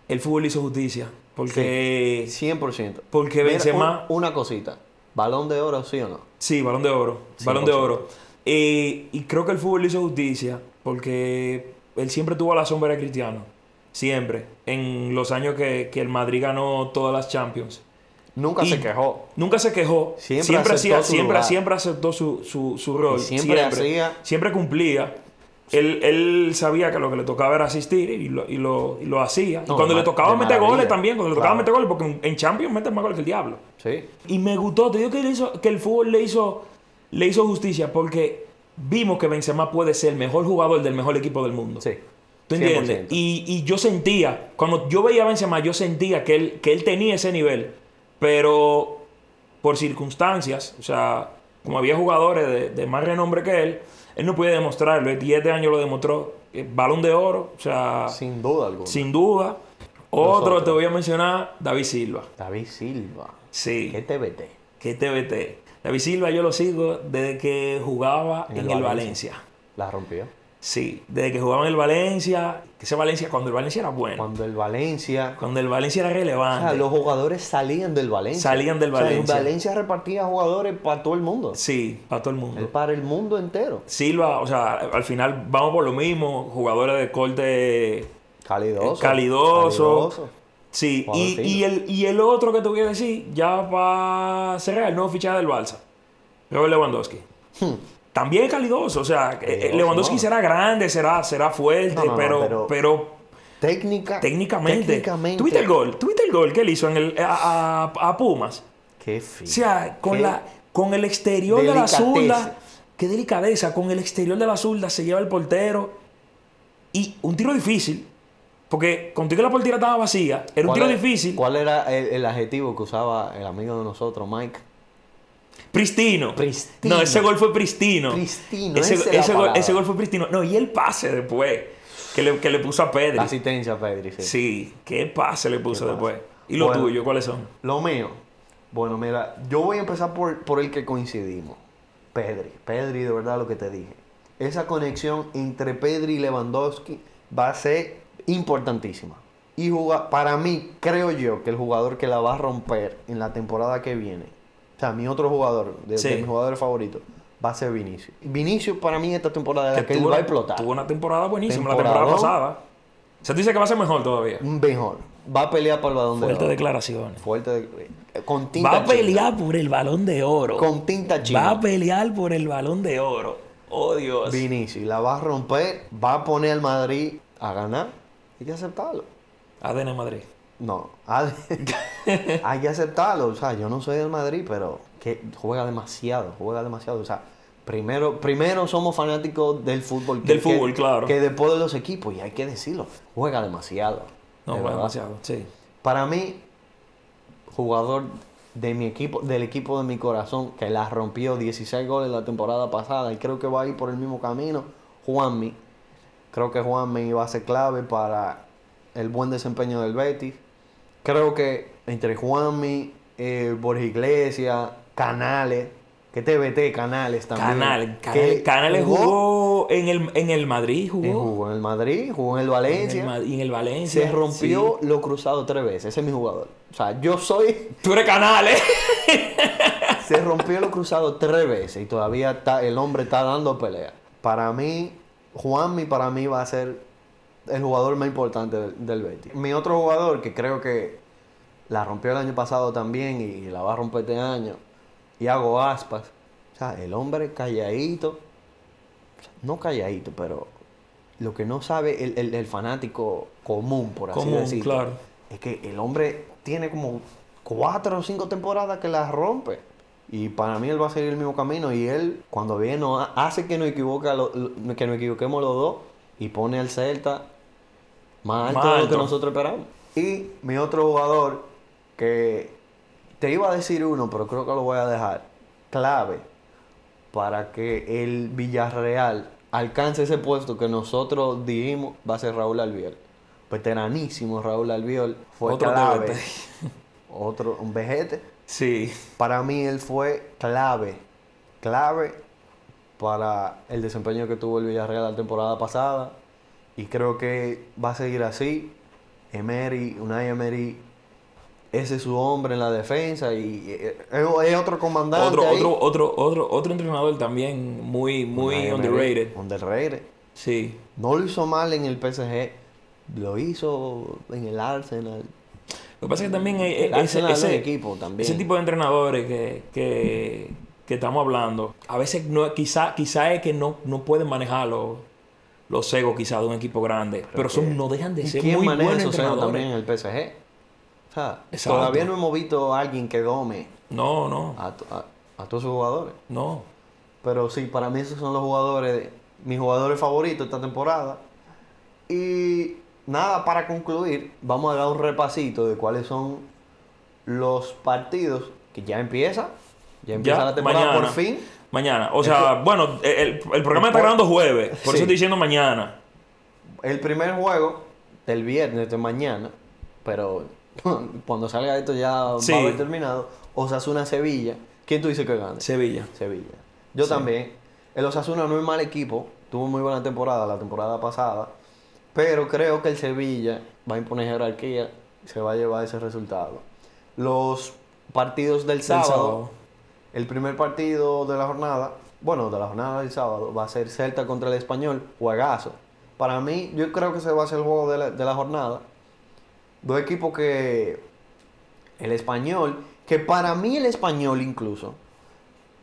Speaker 2: el fútbol hizo justicia. Porque
Speaker 1: 100%.
Speaker 2: Porque
Speaker 1: Mira,
Speaker 2: Benzema-
Speaker 1: un- una cosita. Balón de oro, sí o no.
Speaker 2: Sí, balón de oro.
Speaker 1: Sí,
Speaker 2: balón de
Speaker 1: por
Speaker 2: oro. Eh, y creo que el fútbol le hizo justicia porque él siempre tuvo a la sombra de Cristiano. Siempre. En los años que, que el Madrid ganó todas las Champions.
Speaker 1: Nunca
Speaker 2: Y-
Speaker 1: se quejó.
Speaker 2: Nunca se quejó.
Speaker 1: Siempre aceptó
Speaker 2: Siempre, hacía,
Speaker 1: su
Speaker 2: siempre,
Speaker 1: lugar.
Speaker 2: siempre aceptó su, su, su rol.
Speaker 1: Y siempre hacía-
Speaker 2: siempre cumplía. Él, él sabía que lo que le tocaba era asistir y lo, y lo, y lo hacía.
Speaker 1: No,
Speaker 2: y cuando
Speaker 1: de
Speaker 2: le tocaba
Speaker 1: mar- de
Speaker 2: meter goles
Speaker 1: maravilla.
Speaker 2: también, cuando le tocaba
Speaker 1: Claro.
Speaker 2: meter goles, porque en- en Champions mete más goles que el diablo.
Speaker 1: Sí.
Speaker 2: Y me gustó, te digo que, le hizo- que el fútbol le hizo, le hizo justicia porque vimos que Benzema puede ser el mejor jugador del mejor equipo del mundo.
Speaker 1: Sí.
Speaker 2: ¿Tú entiendes?
Speaker 1: 100%.
Speaker 2: Y, y yo sentía, cuando yo veía a Benzema, yo sentía que él, que él tenía ese nivel, pero por circunstancias, o sea, como había jugadores de, de más renombre que él, él no podía demostrarlo. El 10 de año lo demostró, eh, balón de oro, o sea,
Speaker 1: Sin duda alguna.
Speaker 2: sin duda. Otro
Speaker 1: Nosotros.
Speaker 2: te voy a mencionar, David Silva.
Speaker 1: David Silva.
Speaker 2: Sí.
Speaker 1: ¿Qué TBT?
Speaker 2: que TVT. David Silva yo lo sigo desde que jugaba en, el Valencia.
Speaker 1: La rompió.
Speaker 2: Sí, desde que jugaba en el Valencia, que ese Valencia cuando el Valencia era bueno, cuando,
Speaker 1: Cuando el Valencia.
Speaker 2: el Valencia era
Speaker 1: O
Speaker 2: relevante.
Speaker 1: sea, los jugadores salían del Valencia.
Speaker 2: Salían del
Speaker 1: O sea, el
Speaker 2: Valencia.
Speaker 1: Valencia repartía jugadores para todo el mundo.
Speaker 2: Sí, para todo el mundo.
Speaker 1: El- para el mundo entero.
Speaker 2: Silva, o sea, al final vamos por lo mismo, jugadores de corte
Speaker 1: Calidoso.
Speaker 2: Calidoso.
Speaker 1: Calidoso.
Speaker 2: Sí,
Speaker 1: Jugador
Speaker 2: y,
Speaker 1: fino.
Speaker 2: y el, y el otro que te voy a decir, ya para cerrar, el nuevo fichaje del Balsa, Robert Lewandowski. También calidoso, o sea, eh, eh,
Speaker 1: Hmm. Calidoso,
Speaker 2: Lewandowski
Speaker 1: no.
Speaker 2: será grande, será, será fuerte,
Speaker 1: No, no, no,
Speaker 2: pero,
Speaker 1: pero-
Speaker 2: pero
Speaker 1: Técnica.
Speaker 2: técnicamente.
Speaker 1: Técnicamente.
Speaker 2: ¿Tuviste el gol? ¿Tuviste el gol que él hizo en el, a, a- a Pumas?
Speaker 1: Qué fino.
Speaker 2: O sea, con,
Speaker 1: Qué
Speaker 2: la, con el exterior de la
Speaker 1: delicadeza.
Speaker 2: zurda. Qué delicadeza. Con el exterior de la zurda se lleva el portero. Y un tiro difícil. Porque contigo la portera estaba vacía. Era un
Speaker 1: ¿Cuál
Speaker 2: tiro
Speaker 1: era-
Speaker 2: difícil.
Speaker 1: ¿Cuál era el, el adjetivo que usaba el amigo de nosotros, Mike?
Speaker 2: Pristino.
Speaker 1: Pristino.
Speaker 2: No, ese gol fue pristino.
Speaker 1: Pristino,
Speaker 2: Ese,
Speaker 1: esa es la
Speaker 2: ese gol,
Speaker 1: palabra.
Speaker 2: ese gol fue pristino. No, y el pase después. Que le, que le puso a Pedri.
Speaker 1: La asistencia, Pedri. Sí.
Speaker 2: Sí, qué pase le puso
Speaker 1: pase.
Speaker 2: después. ¿Y lo
Speaker 1: Bueno.
Speaker 2: tuyo? ¿Cuáles son?
Speaker 1: Lo mío. Bueno, mira, yo voy a empezar por, por el que coincidimos. Pedri. Pedri, de verdad, lo que te dije. Esa conexión entre Pedri y Lewandowski va a ser importantísima. Y juga- para mí, creo yo que el jugador que la va a romper en la temporada que viene, o sea, mi otro jugador, de, de
Speaker 2: Sí.
Speaker 1: mis jugadores favoritos, va a ser Vinicius. Vinicius, para mí, esta temporada es la que él
Speaker 2: tuvo
Speaker 1: va a
Speaker 2: una-
Speaker 1: explotar.
Speaker 2: Tuvo una temporada buenísima, la
Speaker 1: Temporadón.
Speaker 2: temporada pasada. Se dice que va a ser mejor todavía.
Speaker 1: mejor. Va a pelear por el balón
Speaker 2: Fuertes
Speaker 1: de oro.
Speaker 2: declaraciones.
Speaker 1: Fuerte de- Con tinta
Speaker 2: Va a
Speaker 1: china.
Speaker 2: pelear por el balón de oro.
Speaker 1: Con tinta china.
Speaker 2: Va a pelear por el balón de oro. Oh Dios.
Speaker 1: Vinicius la va a romper, va a poner al Madrid a ganar. Hay que aceptarlo.
Speaker 2: ADN Madrid.
Speaker 1: No, ha de-
Speaker 2: [laughs]
Speaker 1: hay que aceptarlo. O sea, yo no soy del Madrid, pero que juega demasiado, juega demasiado. O sea, Primero, primero somos fanáticos del fútbol.
Speaker 2: Del fútbol, claro.
Speaker 1: Que después de los equipos, y hay que decirlo, juega demasiado.
Speaker 2: No,
Speaker 1: de
Speaker 2: bueno,
Speaker 1: verdad.
Speaker 2: demasiado. Sí.
Speaker 1: Para mí, jugador de mi equipo, del equipo de mi corazón, que la rompió 16 goles la temporada pasada y creo que va a ir por el mismo camino, Juanmi. Creo que Juanmi va a ser clave para el buen desempeño del Betis. Creo que entre Juanmi, eh, Borja Iglesias, Canales, que TVT, Canales también.
Speaker 2: Canales.
Speaker 1: que
Speaker 2: Canales, Canales jugó en el, en el Madrid, jugó.
Speaker 1: eh, jugó en el Madrid, jugó en el Valencia.
Speaker 2: En el Ma- y en el Valencia.
Speaker 1: se rompió lo cruzado tres veces. Ese es mi jugador. O sea, yo soy [laughs]
Speaker 2: sí. Tú eres eh. Canales.
Speaker 1: Se rompió lo cruzado tres veces y todavía está, el hombre está dando pelea. Para mí, Juanmi para mí va a ser el jugador más importante del, del Betis. Mi otro jugador que creo que la rompió el año pasado también y la va a romper este año, Iago Aspas. O sea, el hombre calladito, o sea, no calladito, pero lo que no sabe el, el- el fanático común, por así
Speaker 2: Común,
Speaker 1: decirlo,
Speaker 2: claro.
Speaker 1: es que el hombre tiene como cuatro o cinco temporadas que las rompe. Y para mí él va a seguir el mismo camino. Y él, cuando viene, nos ha- hace que nos, equivoca lo- lo- que nos equivoquemos los dos y pone al Celta más alto,
Speaker 2: Más
Speaker 1: de lo que
Speaker 2: alto.
Speaker 1: nosotros esperamos. Y mi otro jugador, que te iba a decir uno, pero creo que lo voy a dejar, clave para que el Villarreal alcance ese puesto que nosotros dijimos va a ser Raúl Albiol. Veteranísimo Raúl Albiol. Fue
Speaker 2: Otro
Speaker 1: clave.
Speaker 2: TBT.
Speaker 1: [laughs] Otro, un vejete.
Speaker 2: Sí.
Speaker 1: Para mí él fue clave. Clave para el desempeño que tuvo el Villarreal la temporada pasada. Y creo que va a seguir así. Emery, Unai Emery, ese es su hombre en la defensa. Y eh, es es otro comandante.
Speaker 2: Otro,
Speaker 1: ahí.
Speaker 2: otro, otro, otro, otro entrenador también muy, muy
Speaker 1: Unai Emery,
Speaker 2: underrated.
Speaker 1: Underrated.
Speaker 2: Sí.
Speaker 1: No lo hizo mal en el PSG, lo hizo en el Arsenal.
Speaker 2: Lo que pasa es que también hay-
Speaker 1: El
Speaker 2: ese-
Speaker 1: Arsenal es
Speaker 2: ese-
Speaker 1: equipo también.
Speaker 2: ese tipo de entrenadores que, que- que estamos hablando, a veces no, quizá, quizá es que no, no pueden manejar los, los egos quizá de un equipo grande, pero son, no dejan de
Speaker 1: ¿Y
Speaker 2: ser
Speaker 1: quién
Speaker 2: muy
Speaker 1: maneja
Speaker 2: buenos
Speaker 1: esos egos
Speaker 2: entrenadores.
Speaker 1: también en el PSG? O sea,
Speaker 2: Exacto.
Speaker 1: todavía no hemos visto a alguien que dome
Speaker 2: No, no,
Speaker 1: a, to- a- a todos sus jugadores.
Speaker 2: no.
Speaker 1: Pero sí, para mí esos son los jugadores, mis jugadores favoritos esta temporada. Y nada, para concluir, vamos a dar un repasito de cuáles son los partidos que ya empieza. Ya empieza
Speaker 2: Ya,
Speaker 1: la temporada
Speaker 2: mañana.
Speaker 1: por fin.
Speaker 2: Mañana. O sea, bueno, el, el programa está grabando jueves, por
Speaker 1: Sí.
Speaker 2: eso estoy diciendo mañana.
Speaker 1: El primer juego del viernes de mañana, pero [laughs] cuando salga esto ya
Speaker 2: Sí.
Speaker 1: va a haber terminado. Osasuna Sevilla. ¿Quién tú dices que gane?
Speaker 2: Sevilla.
Speaker 1: Sevilla. Yo también. El Osasuna no es mal equipo. Tuvo muy buena temporada la temporada pasada. Pero creo que el Sevilla va a imponer jerarquía. y Se va a llevar ese resultado. Los partidos del
Speaker 2: El
Speaker 1: sábado. El primer partido de la jornada, bueno, de la jornada del sábado, va a ser Celta contra el Español, juegazo. Para mí, yo creo que ese va a ser el juego de la, de la jornada. Dos equipos que. El Español, que para mí el Español incluso,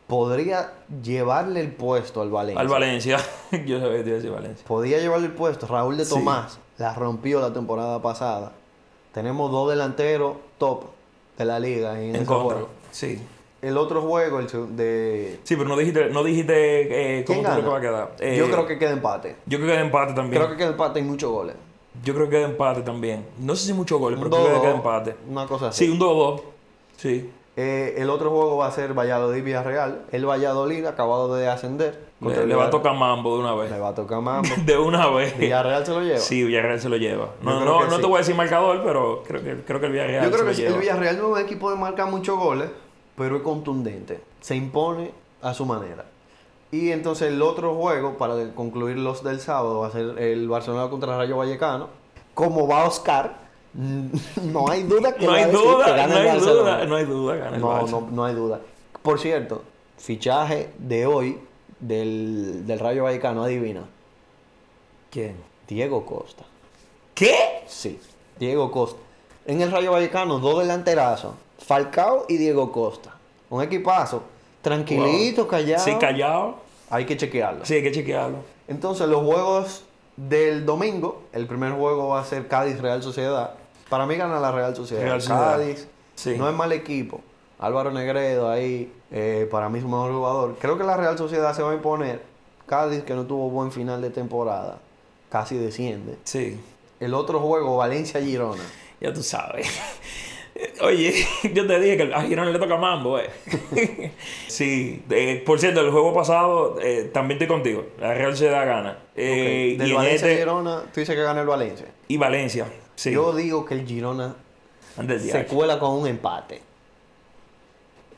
Speaker 1: podría llevarle el puesto al Valencia.
Speaker 2: Al Valencia. [laughs] Yo sabía que te iba a decir Valencia.
Speaker 1: Podía llevarle el puesto. Raúl de
Speaker 2: Sí.
Speaker 1: Tomás la rompió la temporada pasada. Tenemos dos delanteros top de la liga en,
Speaker 2: En
Speaker 1: ese
Speaker 2: contra.
Speaker 1: juego.
Speaker 2: Sí.
Speaker 1: El otro juego, el seg- de
Speaker 2: Sí, pero no dijiste, no dijiste eh, cómo
Speaker 1: ¿Quién
Speaker 2: tú
Speaker 1: gana?
Speaker 2: crees que va a quedar. Eh,
Speaker 1: yo creo que queda empate.
Speaker 2: Yo creo que queda empate también.
Speaker 1: Creo que queda empate y muchos goles.
Speaker 2: Yo creo que queda empate también. No sé si muchos goles, pero
Speaker 1: Un
Speaker 2: creo que
Speaker 1: 2-2,
Speaker 2: queda empate.
Speaker 1: Una cosa así.
Speaker 2: Sí, un 2-2. Sí.
Speaker 1: Eh, el otro juego va a ser Valladolid Villarreal. El Valladolid acabado de ascender.
Speaker 2: Le, le va a tocar mambo de una
Speaker 1: Le
Speaker 2: vez.
Speaker 1: va a tocar mambo. [laughs]
Speaker 2: [laughs] De una vez.
Speaker 1: Villarreal se lo lleva.
Speaker 2: Sí, Villarreal se lo lleva. No,
Speaker 1: creo
Speaker 2: no,
Speaker 1: que
Speaker 2: no
Speaker 1: sí.
Speaker 2: te voy a decir marcador, pero creo que, creo que el [laughs] Villarreal
Speaker 1: Yo creo
Speaker 2: se lo
Speaker 1: que
Speaker 2: lleva.
Speaker 1: el Villarreal no es un equipo de marca muchos goles, pero es contundente. Se impone a su manera. Y entonces el otro juego, para de- concluir los del sábado, va a ser el Barcelona contra Rayo Vallecano. Como va Oscar, [laughs] no hay duda que
Speaker 2: No
Speaker 1: va a
Speaker 2: hay
Speaker 1: decir que
Speaker 2: duda,
Speaker 1: gana
Speaker 2: no
Speaker 1: el
Speaker 2: hay
Speaker 1: Barcelona.
Speaker 2: duda, no hay duda, gana el
Speaker 1: No,
Speaker 2: Barça.
Speaker 1: no, no hay duda. Por cierto, fichaje de hoy del, del Rayo Vallecano, adivina.
Speaker 2: ¿Quién?
Speaker 1: Diego Costa.
Speaker 2: ¿Qué?
Speaker 1: Sí, Diego Costa. En el Rayo Vallecano, dos delanterazos. Falcao y Diego Costa. Un equipazo. Tranquilito, callado.
Speaker 2: Sí, callado.
Speaker 1: Hay que chequearlo.
Speaker 2: Sí, hay que chequearlo.
Speaker 1: Entonces, los juegos del domingo, el primer juego va a ser Cádiz-Real Sociedad. Para mí gana la Real Sociedad.
Speaker 2: Real Sociedad.
Speaker 1: Cádiz
Speaker 2: Sí.
Speaker 1: no es mal equipo. Álvaro Negredo ahí, eh, para mí su mejor jugador. Creo que la Real Sociedad se va a imponer. Cádiz, que no tuvo buen final de temporada, casi desciende.
Speaker 2: Sí,
Speaker 1: El otro juego, Valencia-Girona.
Speaker 2: ya tú sabes. [laughs] Oye, [laughs] yo te dije que a Girona le toca mambo,
Speaker 1: [laughs]
Speaker 2: eh. sí, [laughs] eh, por cierto, el juego pasado eh, también estoy contigo. La Real Sociedad gana.
Speaker 1: Ok,
Speaker 2: Eh, y,
Speaker 1: Del
Speaker 2: en este-
Speaker 1: Valencia-Girona, tú dices que gana el Valencia.
Speaker 2: y Valencia. Sí,
Speaker 1: Yo digo que el Girona
Speaker 2: antes de
Speaker 1: se cuela con un empate.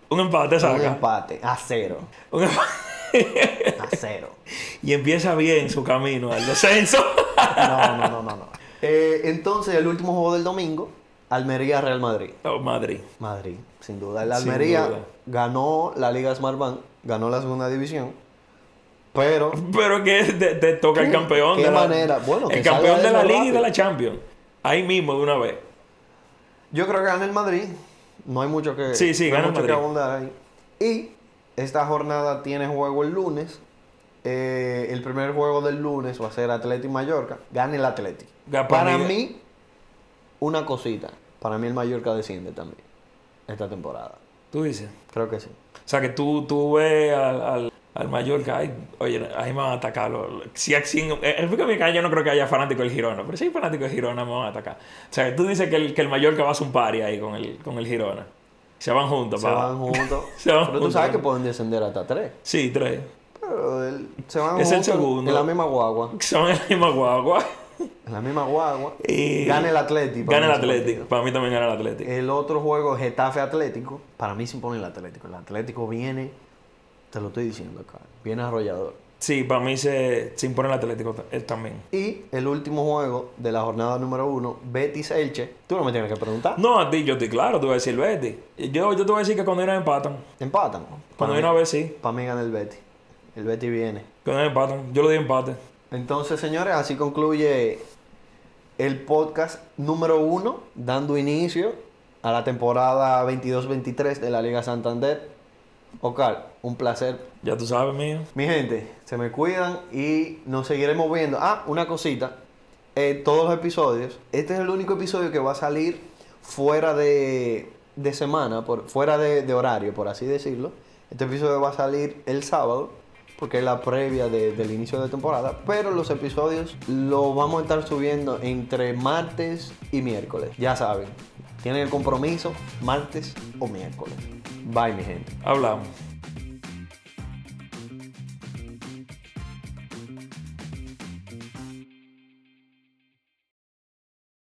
Speaker 2: Un empate
Speaker 1: Un
Speaker 2: saca.
Speaker 1: empate, a cero.
Speaker 2: Un empate.
Speaker 1: A cero.
Speaker 2: [laughs] Y empieza bien su camino al descenso. [laughs]
Speaker 1: No, no, no, no. no. Eh, entonces, el último juego del domingo, Almería-Real Madrid.
Speaker 2: Oh, Madrid.
Speaker 1: Madrid, sin duda. El
Speaker 2: Sin
Speaker 1: Almería
Speaker 2: duda.
Speaker 1: ganó la Liga Smart Bank, ganó la segunda división, pero
Speaker 2: Pero que te, te toca el
Speaker 1: ¿Qué?
Speaker 2: campeón
Speaker 1: ¿Qué
Speaker 2: de la,
Speaker 1: manera? Bueno, que
Speaker 2: el
Speaker 1: salga
Speaker 2: campeón
Speaker 1: de
Speaker 2: de la
Speaker 1: eso
Speaker 2: liga y de
Speaker 1: rápido.
Speaker 2: la Champions. Ahí mismo de una vez.
Speaker 1: yo creo que gana el Madrid. No hay mucho que,
Speaker 2: Sí, sí,
Speaker 1: no hay
Speaker 2: gana el
Speaker 1: mucho que
Speaker 2: Madrid.
Speaker 1: abundar ahí. Y esta jornada tiene juego el lunes. Eh, el primer juego del lunes va a ser Atleti Mallorca. Gana el Atleti.
Speaker 2: Ya, pues, para
Speaker 1: Para
Speaker 2: mí-
Speaker 1: mí, una cosita. Para mí el Mallorca desciende también esta temporada.
Speaker 2: Tú dices.
Speaker 1: Creo que sí.
Speaker 2: O sea que tú, tú ves al, al, al Mallorca. ay, oye, ahí me van a atacar. los- Si, si, eh, explícame que yo no creo que haya fanático del Girona. Pero si hay fanático del Girona, me van a atacar. O sea que tú dices que el, que el Mallorca va a hacer un party ahí con el, con el Girona. Se van juntos.
Speaker 1: Se
Speaker 2: pa.
Speaker 1: van juntos.
Speaker 2: [laughs] Se van
Speaker 1: pero tú
Speaker 2: juntos.
Speaker 1: sabes que pueden descender hasta tres.
Speaker 2: Sí, tres. [laughs]
Speaker 1: Pero el- se van
Speaker 2: Es el
Speaker 1: juntos
Speaker 2: segundo.
Speaker 1: En la misma guagua.
Speaker 2: Son en la misma guagua.
Speaker 1: En la misma guagua.
Speaker 2: Y-
Speaker 1: Gana el Atlético.
Speaker 2: Eh, Gana el Atlético. Para mí también gana el Atlético.
Speaker 1: El otro juego, Getafe Atlético. Para mí se impone el Atlético. El Atlético viene, te lo estoy diciendo acá, viene arrollador.
Speaker 2: Sí, para mí se, se impone el Atlético ta- eh, también.
Speaker 1: Y el último juego de la jornada número uno, Betis Elche. Tú no me tienes que preguntar.
Speaker 2: No, a ti, yo estoy claro, tú vas a decir el Betis. Yo, yo te voy a decir que cuando ellos empatan,
Speaker 1: Empatan.
Speaker 2: cuando
Speaker 1: Para
Speaker 2: ellos
Speaker 1: mí,
Speaker 2: vez sí,
Speaker 1: para mí gana el Betis. El Betis viene.
Speaker 2: cuando ellos empatan, yo le doy empate.
Speaker 1: Entonces, señores, así concluye el podcast número uno, dando inicio a la temporada 22-23 de la Liga Santander. Ocal, un placer.
Speaker 2: Ya tú sabes, mío.
Speaker 1: Mi gente, se me cuidan y nos seguiremos viendo. Ah, una cosita. eh, todos los episodios. Este es el único episodio que va a salir fuera de, de semana, por, fuera de, de horario, por así decirlo. Este episodio va a salir el sábado, porque es la previa de- del inicio de temporada. Pero los episodios los vamos a estar subiendo entre martes y miércoles. Ya saben, tienen el compromiso martes o miércoles. Bye, mi gente.
Speaker 2: Hablamos.